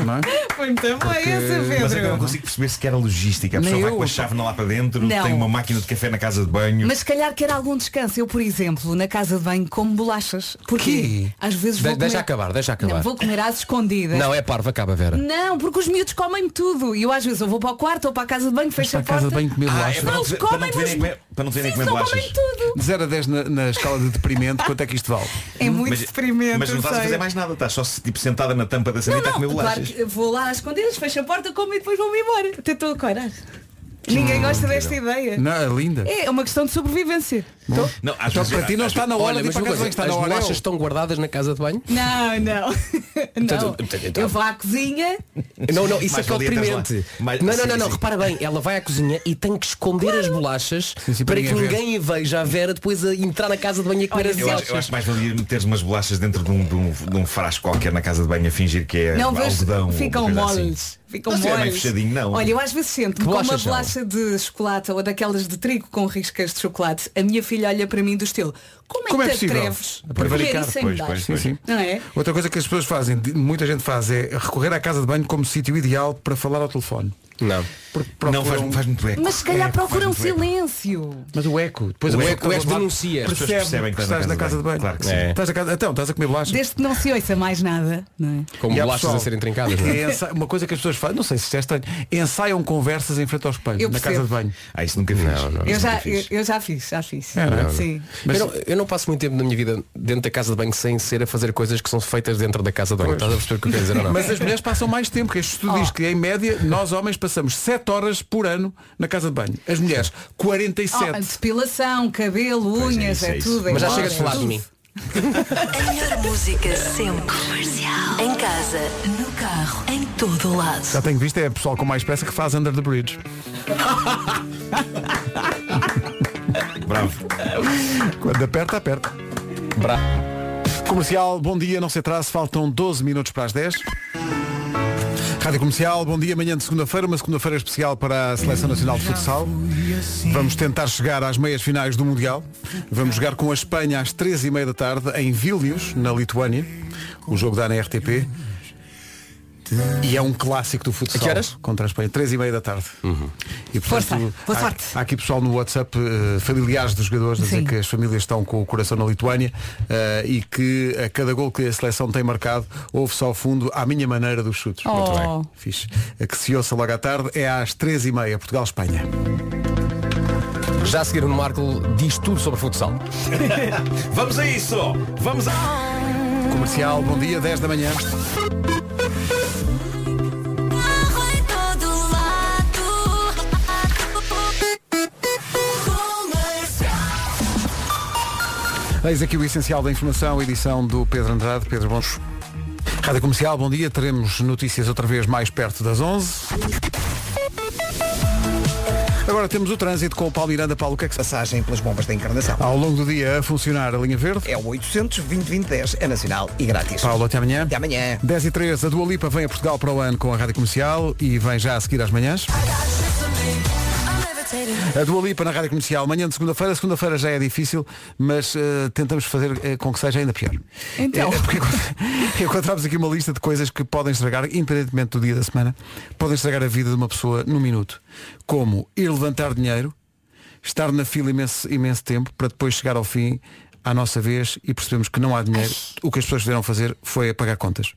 Speaker 2: Não é?
Speaker 4: Foi muito boa essa,
Speaker 10: Mas eu não consigo perceber sequer a logística. A
Speaker 2: Nem
Speaker 10: pessoa vai
Speaker 2: eu,
Speaker 10: com a
Speaker 2: pá.
Speaker 10: chave lá para dentro,
Speaker 4: Não.
Speaker 10: tem uma máquina de café na casa de banho. Ah,
Speaker 4: Mas se calhar quer algum descanso. Eu, por exemplo, na casa de banho como bolachas. Porquê?
Speaker 2: Quê?
Speaker 4: Às vezes
Speaker 6: De-
Speaker 4: vou
Speaker 6: deixa
Speaker 4: comer...
Speaker 6: acabar, deixa acabar.
Speaker 4: Não, vou comer às escondidas.
Speaker 6: Não, é parvo, acaba Vera.
Speaker 4: Não, porque os miúdos comem tudo. E eu às vezes eu vou para o quarto ou para a casa de banho, fecho
Speaker 2: Para
Speaker 4: a
Speaker 2: a
Speaker 4: porta.
Speaker 2: casa de banho comer
Speaker 10: Ah,
Speaker 2: bolachas.
Speaker 10: é para não
Speaker 4: Eles
Speaker 10: te- para não
Speaker 4: comem,
Speaker 10: te verem
Speaker 4: mas-
Speaker 10: comer- para não te verem
Speaker 4: Sim,
Speaker 10: comer
Speaker 4: não
Speaker 10: bolachas.
Speaker 4: comem tudo.
Speaker 2: De 0 a 10 na, na escala de deprimente, quanto é que isto vale?
Speaker 4: É muito
Speaker 10: mas,
Speaker 4: deprimente.
Speaker 10: mas não
Speaker 4: eu
Speaker 10: estás a
Speaker 4: sei.
Speaker 10: fazer mais nada, estás só tipo, sentada na tampa da
Speaker 4: Não,
Speaker 10: sanita a comer
Speaker 4: não, claro
Speaker 10: bolachas.
Speaker 4: que vou lá às escondidas, fecho a porta, como e depois vou-me embora. Até estou a corar. Ninguém gosta desta ideia.
Speaker 2: Não, é linda.
Speaker 4: É uma questão de sobrevivência.
Speaker 10: Não, às
Speaker 2: Então
Speaker 10: vezes-
Speaker 2: para ti não
Speaker 10: às-
Speaker 2: está na hora de ir
Speaker 6: mas
Speaker 2: para
Speaker 6: uma
Speaker 2: casa de banho, está
Speaker 6: as
Speaker 2: na hora. é
Speaker 6: bolachas
Speaker 2: eu.
Speaker 6: estão guardadas na casa de banho?
Speaker 4: Não, não.
Speaker 6: Então,
Speaker 4: não.
Speaker 6: então-
Speaker 4: Eu vou à cozinha.
Speaker 6: Não, não, isso
Speaker 10: Mais
Speaker 6: é que é
Speaker 10: valia teres lá.
Speaker 6: oprimente.
Speaker 10: Mais-
Speaker 6: Não,
Speaker 10: sim,
Speaker 6: não, não, não,
Speaker 10: sim.
Speaker 6: repara bem, ela vai à cozinha e tem que esconder as bolachas
Speaker 2: Sim, sim, para
Speaker 6: para que
Speaker 2: ninguém ver.
Speaker 6: ninguém a veja a Vera depois a entrar na casa de banho e comer
Speaker 4: Olha,
Speaker 6: as
Speaker 10: Eu acho, eu
Speaker 6: bolachas.
Speaker 10: acho que mais valia meteres umas bolachas dentro de um, de um- de um frasco qualquer na casa de banho a fingir que é
Speaker 4: Não, vejo,
Speaker 10: algodão. ou
Speaker 4: ficam
Speaker 10: uma coisa assim.
Speaker 4: moles. Ficam
Speaker 10: Não, se é bem
Speaker 4: moles.
Speaker 10: fechadinho, não. é
Speaker 4: Olha, eu às vezes sinto
Speaker 6: Que
Speaker 4: com uma
Speaker 6: bolachas são?
Speaker 4: bolacha de chocolate ou daquelas de trigo com riscas de chocolate, a minha filha olha para mim do estilo, como é
Speaker 2: Como é
Speaker 4: que te
Speaker 2: possível?
Speaker 4: atreves a comer
Speaker 2: Prevaricar,
Speaker 4: isso em
Speaker 10: pois,
Speaker 4: bolachas?
Speaker 10: pois, pois.
Speaker 2: Sim, sim.
Speaker 4: Não é?
Speaker 2: Outra coisa que as pessoas fazem, de- muita gente faz, é recorrer à casa de banho como sítio ideal para falar ao telefone.
Speaker 6: Não.
Speaker 2: Porque
Speaker 10: Não, faz,
Speaker 2: procuram-
Speaker 10: faz muito eco.
Speaker 4: Mas se calhar
Speaker 10: É,
Speaker 4: procuram
Speaker 10: faz muito eco.
Speaker 4: silêncio.
Speaker 2: Mas o eco, depois
Speaker 6: O
Speaker 2: a pessoa
Speaker 6: eco- o eco
Speaker 2: está do
Speaker 6: denuncia.
Speaker 2: lado,
Speaker 6: As
Speaker 10: pessoas
Speaker 2: percebe
Speaker 10: percebem
Speaker 2: que estás na casa de banho.
Speaker 10: Claro que sim.
Speaker 6: É.
Speaker 2: Estás na casa- Então, estás a comer bolachas.
Speaker 4: Desde que não se ouça mais nada, não é?
Speaker 6: Como
Speaker 2: E há
Speaker 6: bolachas
Speaker 2: pessoal-
Speaker 6: a serem trincadas, não é?
Speaker 2: É ensa- Uma coisa que as pessoas fazem, não sei se isto é estranho, ensaiam conversas em frente ao espelho,
Speaker 4: Eu
Speaker 2: na
Speaker 4: percebo.
Speaker 2: casa de banho.
Speaker 10: Ah, isso nunca fiz.
Speaker 4: Eu
Speaker 10: Isso
Speaker 4: já,
Speaker 10: nunca
Speaker 4: eu,
Speaker 10: fiz.
Speaker 4: eu já fiz, já fiz.
Speaker 2: É, não é?
Speaker 4: Sim.
Speaker 6: Eu, não, eu não passo muito tempo da minha vida dentro da casa de banho sem ser a fazer coisas que são feitas dentro da casa de banho. Estás a perceber o que eu quero dizer ou não?
Speaker 2: Mas as mulheres passam mais tempo, que este estudo diz que em média nós homens passamos 7 horas por ano na casa de banho. As mulheres,
Speaker 4: Oh,
Speaker 2: 47.
Speaker 4: depilação, cabelo,
Speaker 10: Pois é,
Speaker 4: unhas,
Speaker 10: isso
Speaker 4: é,
Speaker 10: é isso.
Speaker 4: tudo. é
Speaker 6: Mas já
Speaker 4: moda,
Speaker 6: chegas a falar
Speaker 4: é
Speaker 6: de
Speaker 4: tudo.
Speaker 6: mim.
Speaker 14: A melhor música sempre. Comercial. Em casa, no carro, em todo o lado.
Speaker 2: Já tenho visto, é pessoal com mais pressa que faz Under the Bridge.
Speaker 10: Bravo.
Speaker 2: Quando aperta, aperta.
Speaker 6: Bra-
Speaker 2: Comercial, bom dia, não se atrase, faltam 12 minutos para as 10. Rádio Comercial, bom dia, manhã de segunda-feira, uma segunda-feira especial para a Seleção Nacional de Futsal. Vamos tentar chegar às meias finais do Mundial. Vamos jogar com a Espanha às 13h30 da tarde em Vilnius, na Lituânia. O jogo dá na RTP. E é um clássico do futsal.
Speaker 6: A que horas? Uhum.
Speaker 2: Contra a Espanha. Três e meia da tarde. E,
Speaker 4: Força. Boa
Speaker 2: há,
Speaker 4: sorte.
Speaker 2: Há aqui pessoal no WhatsApp, eh, familiares dos jogadores, a dizer
Speaker 4: Sim.
Speaker 2: que as famílias estão com o coração na Lituânia eh, e que a cada gol que a seleção tem marcado, ouve-se ao fundo à minha maneira dos chutes.
Speaker 4: Oh. Muito bem.
Speaker 2: Fixe. A que se ouça logo à tarde é às três e meia, Portugal-Espanha.
Speaker 6: Já a seguir o Marco diz tudo sobre futsal.
Speaker 10: Vamos a isso! Vamos a.
Speaker 2: Comercial, bom dia, 10 da manhã. Eis aqui o essencial da informação, edição do Pedro Andrade. Pedro Bons. Rádio Comercial, bom dia. Teremos notícias outra vez mais perto das 11. Agora temos o trânsito com o Paulo Miranda. Paulo, o que é que se
Speaker 3: Passagem pelas bombas da encarnação.
Speaker 2: Tá, Ao longo do dia a funcionar a linha verde.
Speaker 3: É o 800 2010 é nacional e grátis.
Speaker 2: Paulo, até amanhã.
Speaker 3: Até amanhã.
Speaker 2: 10 e 13, a Dua Lipa vem a Portugal para o ano com a Rádio Comercial e vem já a seguir às manhãs. A Dua Lipa na Rádio Comercial, manhã de segunda-feira. Segunda-feira já é difícil, mas eh, tentamos fazer eh, com que seja ainda pior.
Speaker 4: Então.
Speaker 2: Eh, porque encont- encontramos aqui uma lista de coisas que podem estragar, independentemente do dia da semana, podem estragar a vida de uma pessoa num minuto. Como ir levantar dinheiro, estar na fila imenso, imenso tempo, para depois chegar ao fim, à nossa vez, e percebemos que não há dinheiro. O que as pessoas fizeram fazer foi pagar contas.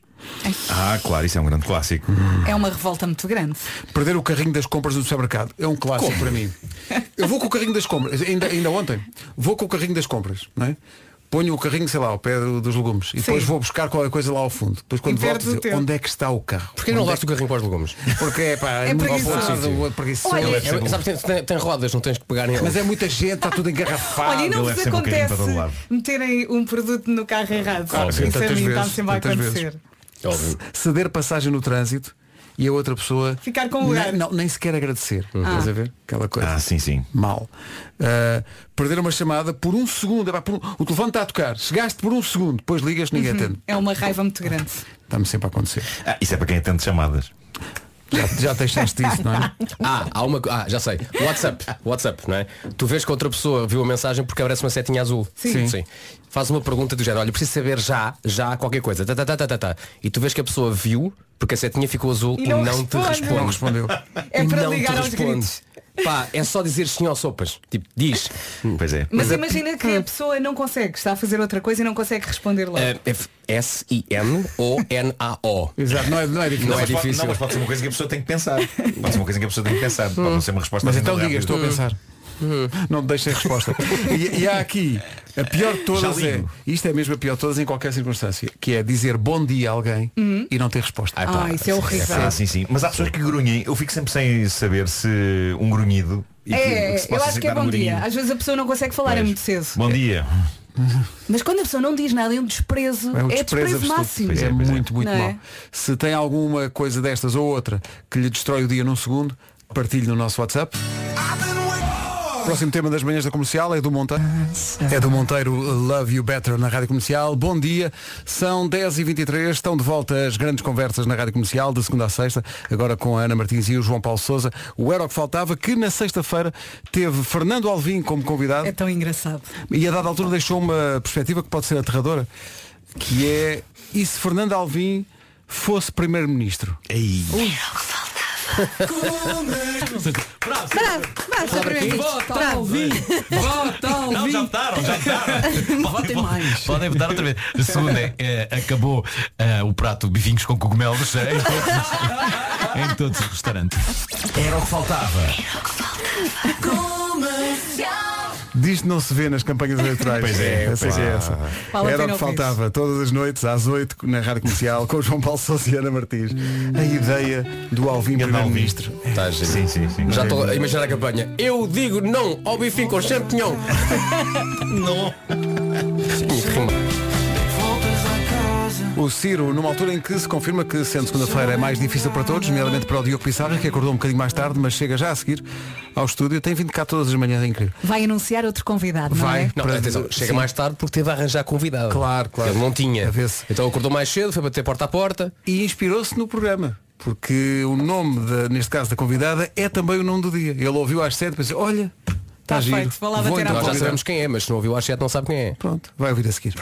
Speaker 10: Ah, claro, isso é um grande clássico.
Speaker 4: É uma revolta muito grande.
Speaker 2: Perder o carrinho das compras no supermercado é um clássico
Speaker 6: Como?
Speaker 2: para mim. Eu vou com o carrinho das compras, ainda, ainda ontem, vou com o carrinho das compras, não é? Ponho o carrinho, sei lá, ao pé do- dos legumes e depois vou buscar qualquer coisa lá ao fundo. Depois quando volto,
Speaker 4: perdes o
Speaker 2: dizer,
Speaker 4: tempo.
Speaker 2: onde é que está o carro?
Speaker 6: Porquê não
Speaker 2: Onde é
Speaker 6: levaste o carrinho para os legumes?
Speaker 2: que- Porque é pá,
Speaker 4: É
Speaker 2: muito
Speaker 4: preguiçoso.
Speaker 2: avançado, é preguiçoso.
Speaker 4: Olha,
Speaker 10: Deve ser bom.
Speaker 6: É, sabes, tem, tem- tem rodas, não tens que pegar em
Speaker 2: Mas é muita gente, está tudo engarrafado.
Speaker 4: Olha, e não
Speaker 10: ele
Speaker 4: vos
Speaker 10: leva sempre um carrinho
Speaker 4: acontece
Speaker 10: para todo lado.
Speaker 4: meterem um produto no carro errado.
Speaker 2: sim,
Speaker 4: Isso a
Speaker 2: tantas
Speaker 4: mim está
Speaker 2: vezes,
Speaker 4: sempre a
Speaker 2: tantas
Speaker 4: acontecer.
Speaker 2: vezes.
Speaker 6: Óbvio.
Speaker 2: Ceder passagem no trânsito e a outra pessoa
Speaker 4: Ficar com o lugar. Ah.
Speaker 2: nem, não, nem sequer agradecer. Estás a ver? Aquela coisa.
Speaker 10: Ah, sim, sim.
Speaker 2: mal. Uh, perder uma chamada por um segundo. epá, por um- o telefone está a tocar. Chegaste por um segundo, depois ligas, ninguém atende.
Speaker 4: É uma raiva muito grande.
Speaker 2: Está-me sempre a acontecer.
Speaker 10: Ah, isso é para quem atende chamadas.
Speaker 2: Já, já deixaste isso, não é?
Speaker 6: Ah, há uma co- Ah, já sei. WhatsApp. WhatsApp, não é? Tu vês que outra pessoa viu a mensagem porque aparece uma setinha azul.
Speaker 4: Sim.
Speaker 6: Faz uma pergunta do género, olha, preciso saber já, já qualquer coisa. Tá, tá, tá, tá, tá, tá. E tu vês que a pessoa viu, porque a setinha ficou azul
Speaker 4: E
Speaker 6: e
Speaker 4: não
Speaker 6: não, te
Speaker 4: responde.
Speaker 6: responde.
Speaker 2: Não respondeu.
Speaker 4: É
Speaker 6: E
Speaker 4: para
Speaker 6: não
Speaker 4: ligar
Speaker 6: te
Speaker 4: aos
Speaker 6: responde.
Speaker 4: gritos.
Speaker 6: Pá, é só dizer sim ao sopas. Tipo, diz.
Speaker 10: Pois é.
Speaker 4: Mas, imagina que a pessoa não consegue, está a fazer outra coisa e não consegue responder logo.
Speaker 10: É-
Speaker 6: eh, F-S-I-N-O-N-A-O.
Speaker 2: Exato, não é, não é difícil.
Speaker 6: Não é
Speaker 10: mas pode-
Speaker 6: difícil.
Speaker 10: não, mas pode ser uma coisa que a pessoa tem que pensar. Pode ser uma coisa que a pessoa tem que pensar. Pode não ser uma resposta
Speaker 2: Mas
Speaker 10: assim
Speaker 2: então
Speaker 6: é
Speaker 10: tão
Speaker 2: digas, estou a
Speaker 10: rápida.
Speaker 2: pensar.
Speaker 6: Uhum.
Speaker 2: Não me deixes sem resposta. E, e há aqui, a pior de todas
Speaker 10: Já
Speaker 2: é,
Speaker 10: ligo.
Speaker 2: isto é mesmo a pior de todas em qualquer circunstância, que é dizer bom dia a alguém e não ter resposta.
Speaker 4: Ah, isso é horrível.
Speaker 10: Ah, sim, sim. Mas há pessoas que grunhem. Eu fico sempre sem saber se um grunhido. E que-
Speaker 4: É,
Speaker 10: que se
Speaker 4: eu
Speaker 10: possa
Speaker 4: acho que é
Speaker 10: aceitar um
Speaker 4: bom dia.
Speaker 10: grunhido.
Speaker 4: Às vezes a pessoa não consegue falar, é
Speaker 10: Pois.
Speaker 4: muito cedo.
Speaker 10: Bom dia.
Speaker 4: Mas quando a pessoa não diz nada, é um desprezo. É,
Speaker 2: um
Speaker 4: desprezo,
Speaker 2: absoluto.
Speaker 4: máximo.
Speaker 10: Pois
Speaker 2: É,
Speaker 10: é, pois é.
Speaker 2: muito, muito
Speaker 4: Não é?
Speaker 2: mau. Se tem alguma coisa destas ou outra que lhe destrói o dia num segundo, partilhe no nosso WhatsApp. Próximo tema das manhãs da comercial é do Monteiro. É do Monteiro Love You Better na Rádio Comercial. Bom dia, são 10h23, estão de volta as grandes conversas na Rádio Comercial, de segunda a sexta, agora com a Ana Martins e o João Paulo Souza. O Era o que Faltava, que na sexta-feira teve Fernando Alvim como convidado.
Speaker 8: É tão engraçado.
Speaker 2: E a dada altura deixou uma perspectiva que pode ser aterradora, que é e se Fernando Alvim fosse primeiro-ministro?
Speaker 10: Ei.
Speaker 4: Bravo, bravo, Sr. Primeiro-Ministro. Bravo.
Speaker 10: Não, já votaram, já votaram. Podem,
Speaker 15: mais. Podem votar outra vez. A segunda é, eh, acabou eh, o prato de bifinhos com cogumelos eh, em todos, em todos os restaurantes. Era o que faltava.
Speaker 2: Disto não se vê nas campanhas eleitorais.
Speaker 10: Pois é,
Speaker 2: essa
Speaker 10: pois
Speaker 2: que é
Speaker 10: é.
Speaker 2: essa.
Speaker 4: Vale a
Speaker 2: Era o
Speaker 4: pena
Speaker 2: que
Speaker 4: ouvir.
Speaker 2: faltava todas as noites às 8 na Rádio Comercial com o João Paulo Sousa e Ana Martins. A ideia do Alvim
Speaker 10: Grande
Speaker 2: primeiro-ministro.
Speaker 6: Tá, giro.
Speaker 10: Sim, sim, sim.
Speaker 6: Já estou a imaginar a campanha. Eu digo não ao bifinho com champignon.
Speaker 10: não.
Speaker 2: O Ciro, numa altura em que se confirma que sendo segunda-feira é mais difícil para todos, nomeadamente para o Diogo Pissarra, que acordou um bocadinho mais tarde, mas chega já a seguir ao estúdio, tem vindo cá todas as manhãs, é incrível.
Speaker 4: Vai anunciar outro convidado, não
Speaker 2: Vai.
Speaker 4: é?
Speaker 6: Não,
Speaker 2: Para-
Speaker 6: atenção, chega
Speaker 2: sim.
Speaker 6: mais tarde porque teve a arranjar convidado.
Speaker 2: Claro, claro.
Speaker 6: Ele não tinha.
Speaker 2: A ver se-
Speaker 6: Então acordou mais cedo, foi bater porta a porta.
Speaker 2: e inspirou-se no programa. Porque o nome, da- neste caso da convidada, é também o nome do dia. Ele ouviu às sete e pensou, olha, está
Speaker 4: Tá
Speaker 2: giro. então
Speaker 4: feito, vou lá bater à
Speaker 2: entrar para
Speaker 6: Nós já
Speaker 2: o
Speaker 4: porta."
Speaker 2: programa.
Speaker 6: sabemos quem é, mas se não ouviu às 7 não sabe quem é.
Speaker 2: Pronto, vai ouvir a seguir.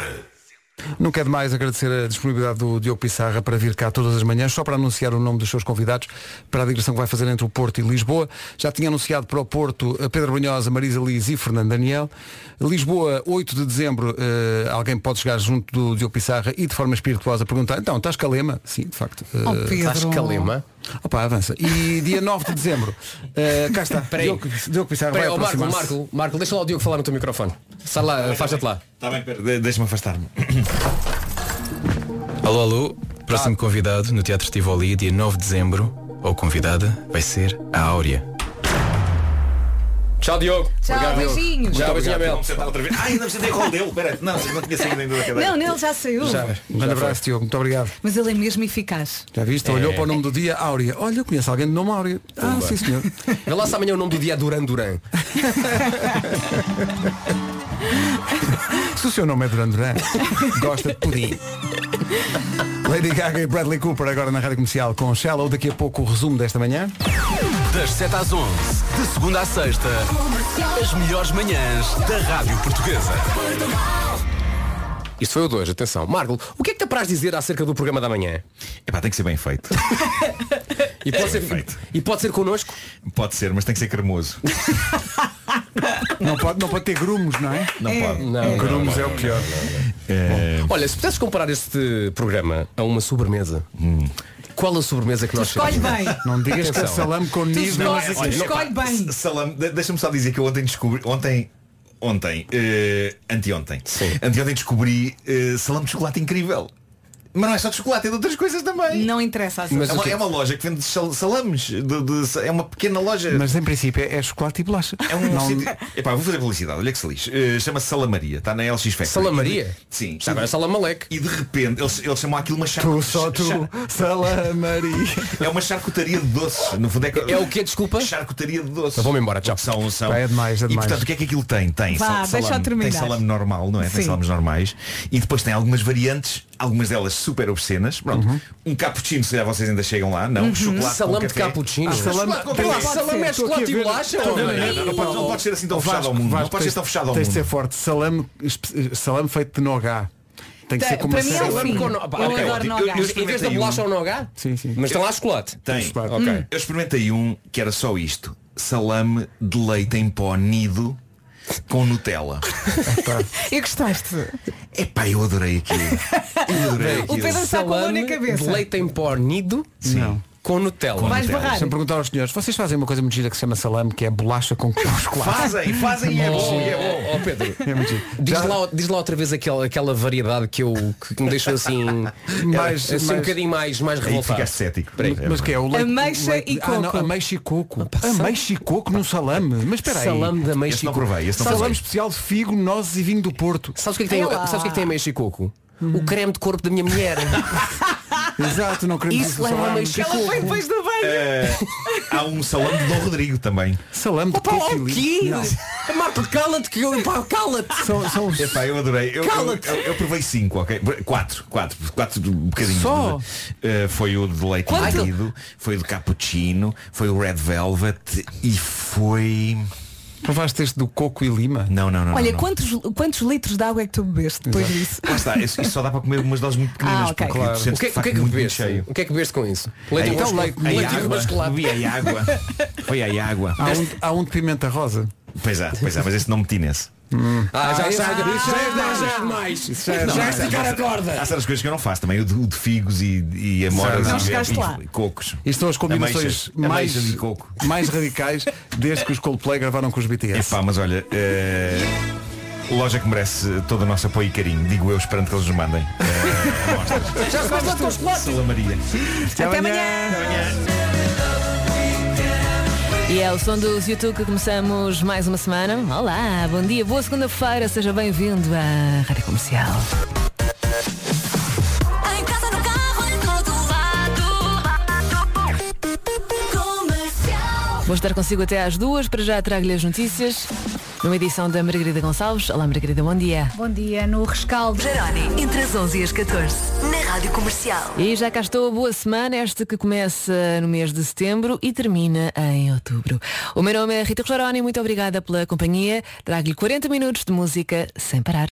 Speaker 2: Nunca é demais agradecer a disponibilidade do Diogo Pissarra para vir cá todas as manhãs, só para anunciar o nome dos seus convidados para a digressão que vai fazer entre o Porto e Lisboa. Já tinha anunciado para o Porto a Pedro Brunhosa, Marisa Liz e Fernando Daniel. Lisboa, 8 de dezembro, eh, alguém pode chegar junto do Diogo Pissarra e de forma espirituosa perguntar, então, estás calema? Sim, de facto.
Speaker 6: Oh,
Speaker 2: eh,
Speaker 6: Pedro. Estás calema?
Speaker 2: Opa, avança. E dia 9 de dezembro, eh, cá está.
Speaker 6: Peraí.
Speaker 2: Diogo, Diogo Pissarra
Speaker 6: Peraí,
Speaker 2: vai
Speaker 6: ó, Marco,
Speaker 2: aproximar-se.
Speaker 6: Marco, Marco, deixa lá o Diogo falar no teu microfone. Sai lá, afasta-te lá.
Speaker 10: Está bem, pera, de- deixa-me afastar-me.
Speaker 16: Alô, alô,
Speaker 15: Ah.
Speaker 16: próximo convidado no Teatro Tivoli, dia 9 de dezembro, ou convidada, vai ser a Áurea.
Speaker 6: Tchau, Diogo.
Speaker 4: Tchau, beijinhos.
Speaker 6: Tchau, beijinho, Abel.
Speaker 10: Não precisa outra vez. Ai, não precisa ter rol dele. Pera, não, não tinha saído ainda da cadeira.
Speaker 4: Não, não, ele já saiu.
Speaker 2: Um grande abraço, Diogo. Muito obrigado.
Speaker 4: Mas ele é mesmo eficaz.
Speaker 2: Já viste? Olhou para o nome do dia, Áurea. Olha, eu conheço alguém de nome Áurea. Ah,
Speaker 6: Pumba.
Speaker 2: sim senhor.
Speaker 6: Vê lá se amanhã o nome do dia é Duran Duran.
Speaker 2: Se o seu nome é Duran Duran, gosta de pudim. Lady Gaga e Bradley Cooper agora na Rádio Comercial com Shallow. Daqui a pouco o resumo desta manhã.
Speaker 11: Das 7 às 11, de segunda à sexta, as melhores manhãs da Rádio Portuguesa.
Speaker 6: Isto foi o 2, atenção. Marco, o que é que te apraz dizer acerca do programa da manhã?
Speaker 10: Epá, tem que ser bem feito.
Speaker 6: e, pode ser, e pode ser connosco?
Speaker 10: Pode ser, mas tem que ser cremoso.
Speaker 2: Não pode, não pode ter grumos, não é?
Speaker 10: Não pode.
Speaker 6: Não,
Speaker 2: grumos é o pior.
Speaker 10: É,
Speaker 6: Olha, se pudesses comparar este programa a uma sobremesa, qual a sobremesa que nós
Speaker 10: escolhe
Speaker 6: chamamos?
Speaker 10: bem. Não digas que é salame com Tu nível. escolhe-
Speaker 6: Não,
Speaker 10: tu
Speaker 6: olha,
Speaker 10: escolhe
Speaker 6: não,
Speaker 10: S- Salame, de- deixa-me só dizer que eu ontem descobri. Ontem. Ontem. eh, anteontem. Anteontem descobri eh, salame de chocolate incrível. Mas não é só de chocolate, é de outras coisas também.
Speaker 4: Não interessa assim.
Speaker 10: é, uma, é uma loja que vende sal- salames. de- de- é uma pequena loja.
Speaker 2: Mas em princípio é chocolate e bolacha.
Speaker 10: É um
Speaker 2: Não-
Speaker 10: sítio- Epá, vou fazer publicidade, olha que se lixe. Eh, Chama-se Salamaria, está na LX Factory.
Speaker 6: Salamaria?
Speaker 10: E de- Sim.
Speaker 6: Já agora é Salamalec.
Speaker 10: E de repente, eles, eles chamam aquilo uma
Speaker 2: Tu
Speaker 10: charcutaria.
Speaker 2: só tu, salamaria.
Speaker 10: É uma charcutaria de doces. No fundo é,
Speaker 6: É o quê, desculpa?
Speaker 10: Charcutaria de doces.
Speaker 6: Vamos embora, tchau.
Speaker 10: São, são.
Speaker 6: Pá, é demais, é demais.
Speaker 10: E portanto, o que é que aquilo tem? Tem
Speaker 6: Vá,
Speaker 10: sal-
Speaker 6: deixa-o
Speaker 10: salame, tem
Speaker 6: terminar.
Speaker 10: salame normal, não é? Tem
Speaker 6: Sim.
Speaker 10: salames normais. E depois tem algumas variantes, algumas delas super obscenas. Pronto. Um cappuccino, se já vocês ainda chegam lá, não?
Speaker 6: Uhum.
Speaker 10: Chocolate
Speaker 6: Salame
Speaker 10: Hum. com
Speaker 6: de
Speaker 10: café.
Speaker 6: cappuccino. Ah, salame-
Speaker 10: Chocolate com
Speaker 6: Pera lá,
Speaker 10: café.
Speaker 6: salame
Speaker 2: Estou aqui
Speaker 6: é
Speaker 2: a
Speaker 6: chocolate e
Speaker 2: ver-
Speaker 6: bolacha,
Speaker 2: Estou a ver-
Speaker 6: homem?
Speaker 10: Não, não, não pode- não pode ser assim tão
Speaker 2: Vasco,
Speaker 10: fechado ao mundo. Não
Speaker 2: Vasco,
Speaker 10: pode ser
Speaker 2: tens-
Speaker 10: tão fechado ao
Speaker 2: Tens de ser
Speaker 10: mundo.
Speaker 2: forte. Salame, espe- salame feito de nogá. Tem que
Speaker 6: Tá,
Speaker 2: ser como
Speaker 6: para
Speaker 2: uma
Speaker 6: mim é o
Speaker 2: cera.
Speaker 6: fim. Eu adoro nogá. Em vez da
Speaker 4: é
Speaker 6: bolacha ao nogá?
Speaker 2: Sim, sim.
Speaker 6: Mas tem lá chocolate.
Speaker 10: Tem.
Speaker 6: Chocolate.
Speaker 10: Ok.
Speaker 6: Hum.
Speaker 10: Eu experimentei um que era só isto. Salame de leite em pó nido com Nutella.
Speaker 4: E gostaste?
Speaker 10: Epá, eu adorei aquilo. Eu adorei aquilo.
Speaker 6: Salame de leite em pó nido
Speaker 2: Não.
Speaker 6: com Nutella.
Speaker 2: Deixa-me perguntar aos senhores, vocês fazem uma coisa muito gira que se chama salame, que é bolacha com chocolate.
Speaker 10: Fazem, fazem e é bom,
Speaker 6: Oh,
Speaker 10: e é bom.
Speaker 6: oh, Pedro,
Speaker 2: É muito giro.
Speaker 6: diz,
Speaker 2: Já-
Speaker 6: lá, diz lá outra vez aquela, aquela variedade que, eu, que que me deixou assim,
Speaker 2: Mais-
Speaker 6: assim um
Speaker 2: mais-
Speaker 6: bocadinho mais, mais
Speaker 2: Aí
Speaker 6: revoltado.
Speaker 2: ficaste
Speaker 10: cético.
Speaker 6: Peraí.
Speaker 2: Mas que é o leite,
Speaker 6: Ameixa
Speaker 2: leite-
Speaker 6: e
Speaker 2: Ah, não,
Speaker 6: coco.
Speaker 2: ameixa e coco. ameixa e coco no salame. Mas espera aí.
Speaker 6: Salame de ameixa
Speaker 2: Este
Speaker 6: e
Speaker 2: não
Speaker 6: coco.
Speaker 2: provei, este não
Speaker 6: Sabes-
Speaker 2: provei. especial de figo, nozes e vinho do Porto.
Speaker 6: Sabes o que é que tem,
Speaker 2: Sei lá.
Speaker 6: sabes o que é que tem ameixa e coco? O creme de corpo da minha mulher.
Speaker 2: Exato, não queremos
Speaker 6: Isso
Speaker 10: é
Speaker 6: leva a ameixa e coco.
Speaker 4: do
Speaker 6: É.
Speaker 10: Eh, há um salame de Dom Rodrigo também.
Speaker 2: Salame
Speaker 6: Opa, o quê? É Marco, cala-te que eu... Pá, cala-te.
Speaker 10: Epá, eu adorei. Eu, eu,
Speaker 6: Cala-te.
Speaker 10: eu- eu provei cinco, ok? Quatro, quatro, quatro bocadinhos.
Speaker 6: Só?
Speaker 10: Eh, foi o de leite
Speaker 6: Quanto?
Speaker 10: líquido, foi o de cappuccino, foi o red velvet e foi.
Speaker 2: Provaste este do coco e lima?
Speaker 10: Não, não, não.
Speaker 4: Olha,
Speaker 10: não, não.
Speaker 4: Quantos, quantos litros de água é que tu bebeste depois disso?
Speaker 10: Lá está, isso isso só dá para comer umas doses muito pequeninas,
Speaker 4: Ah, ok.
Speaker 10: porque
Speaker 4: Claro.
Speaker 10: tu sentes
Speaker 6: O que-
Speaker 10: de facto,
Speaker 6: o que é que
Speaker 10: muito
Speaker 6: bebeste?
Speaker 10: cheio.
Speaker 6: O que é que bebeste com isso? Leite
Speaker 10: Aí,
Speaker 6: com
Speaker 10: então,
Speaker 6: chocolate.
Speaker 10: leite-
Speaker 6: Leite
Speaker 10: aí
Speaker 6: com
Speaker 10: água.
Speaker 6: chocolate.
Speaker 10: Bebi aí água. Foi aí água.
Speaker 2: Há um, há um de pimenta rosa.
Speaker 10: Pois é, pois é, mas esse não meti nesse.
Speaker 6: Ah, já,
Speaker 2: Ah,
Speaker 6: já,
Speaker 2: esse-
Speaker 6: já,
Speaker 2: isso já é
Speaker 6: já, já,
Speaker 2: demais.
Speaker 6: mais.
Speaker 2: Isso
Speaker 10: Não,
Speaker 6: já
Speaker 10: há
Speaker 6: é esticar a
Speaker 10: certas-
Speaker 6: corda.
Speaker 10: Há certas coisas que eu não faço também, o de, o de figos e, e amoras
Speaker 2: Não
Speaker 10: e-
Speaker 2: chegaste
Speaker 10: e-
Speaker 2: lá.
Speaker 10: e cocos.
Speaker 2: Isto são as combinações
Speaker 10: Ameixas.
Speaker 2: É mais,
Speaker 10: Ameixas e coco.
Speaker 2: mais radicais desde que os Coldplay gravaram com os BTS.
Speaker 10: Epá, mas olha, eh, loja que merece todo o nosso apoio e carinho, digo eu esperando que eles nos mandem. eh, amostras.
Speaker 6: Já se faz leite com chocolate.
Speaker 10: Salamaria.
Speaker 14: Até amanhã. E é o som dos YouTube que começamos mais uma semana. Olá, bom dia, boa segunda-feira, seja bem-vindo à Rádio Comercial.
Speaker 7: Em casa, no carro, em todo lado. Comercial.
Speaker 14: Vou estar consigo até às duas, para já trago-lhe as notícias. Numa edição da Margarida Gonçalves. Olá, Margarida, bom dia.
Speaker 8: Bom dia, no rescaldo.
Speaker 7: Jerónimo, entre as 11 e as 14, na Rádio Comercial.
Speaker 14: E já cá estou, boa semana, esta que começa no mês de setembro e termina em outubro. O meu nome é Rita Rogeroni, muito obrigada pela companhia. Trago-lhe 40 minutos de música sem parar.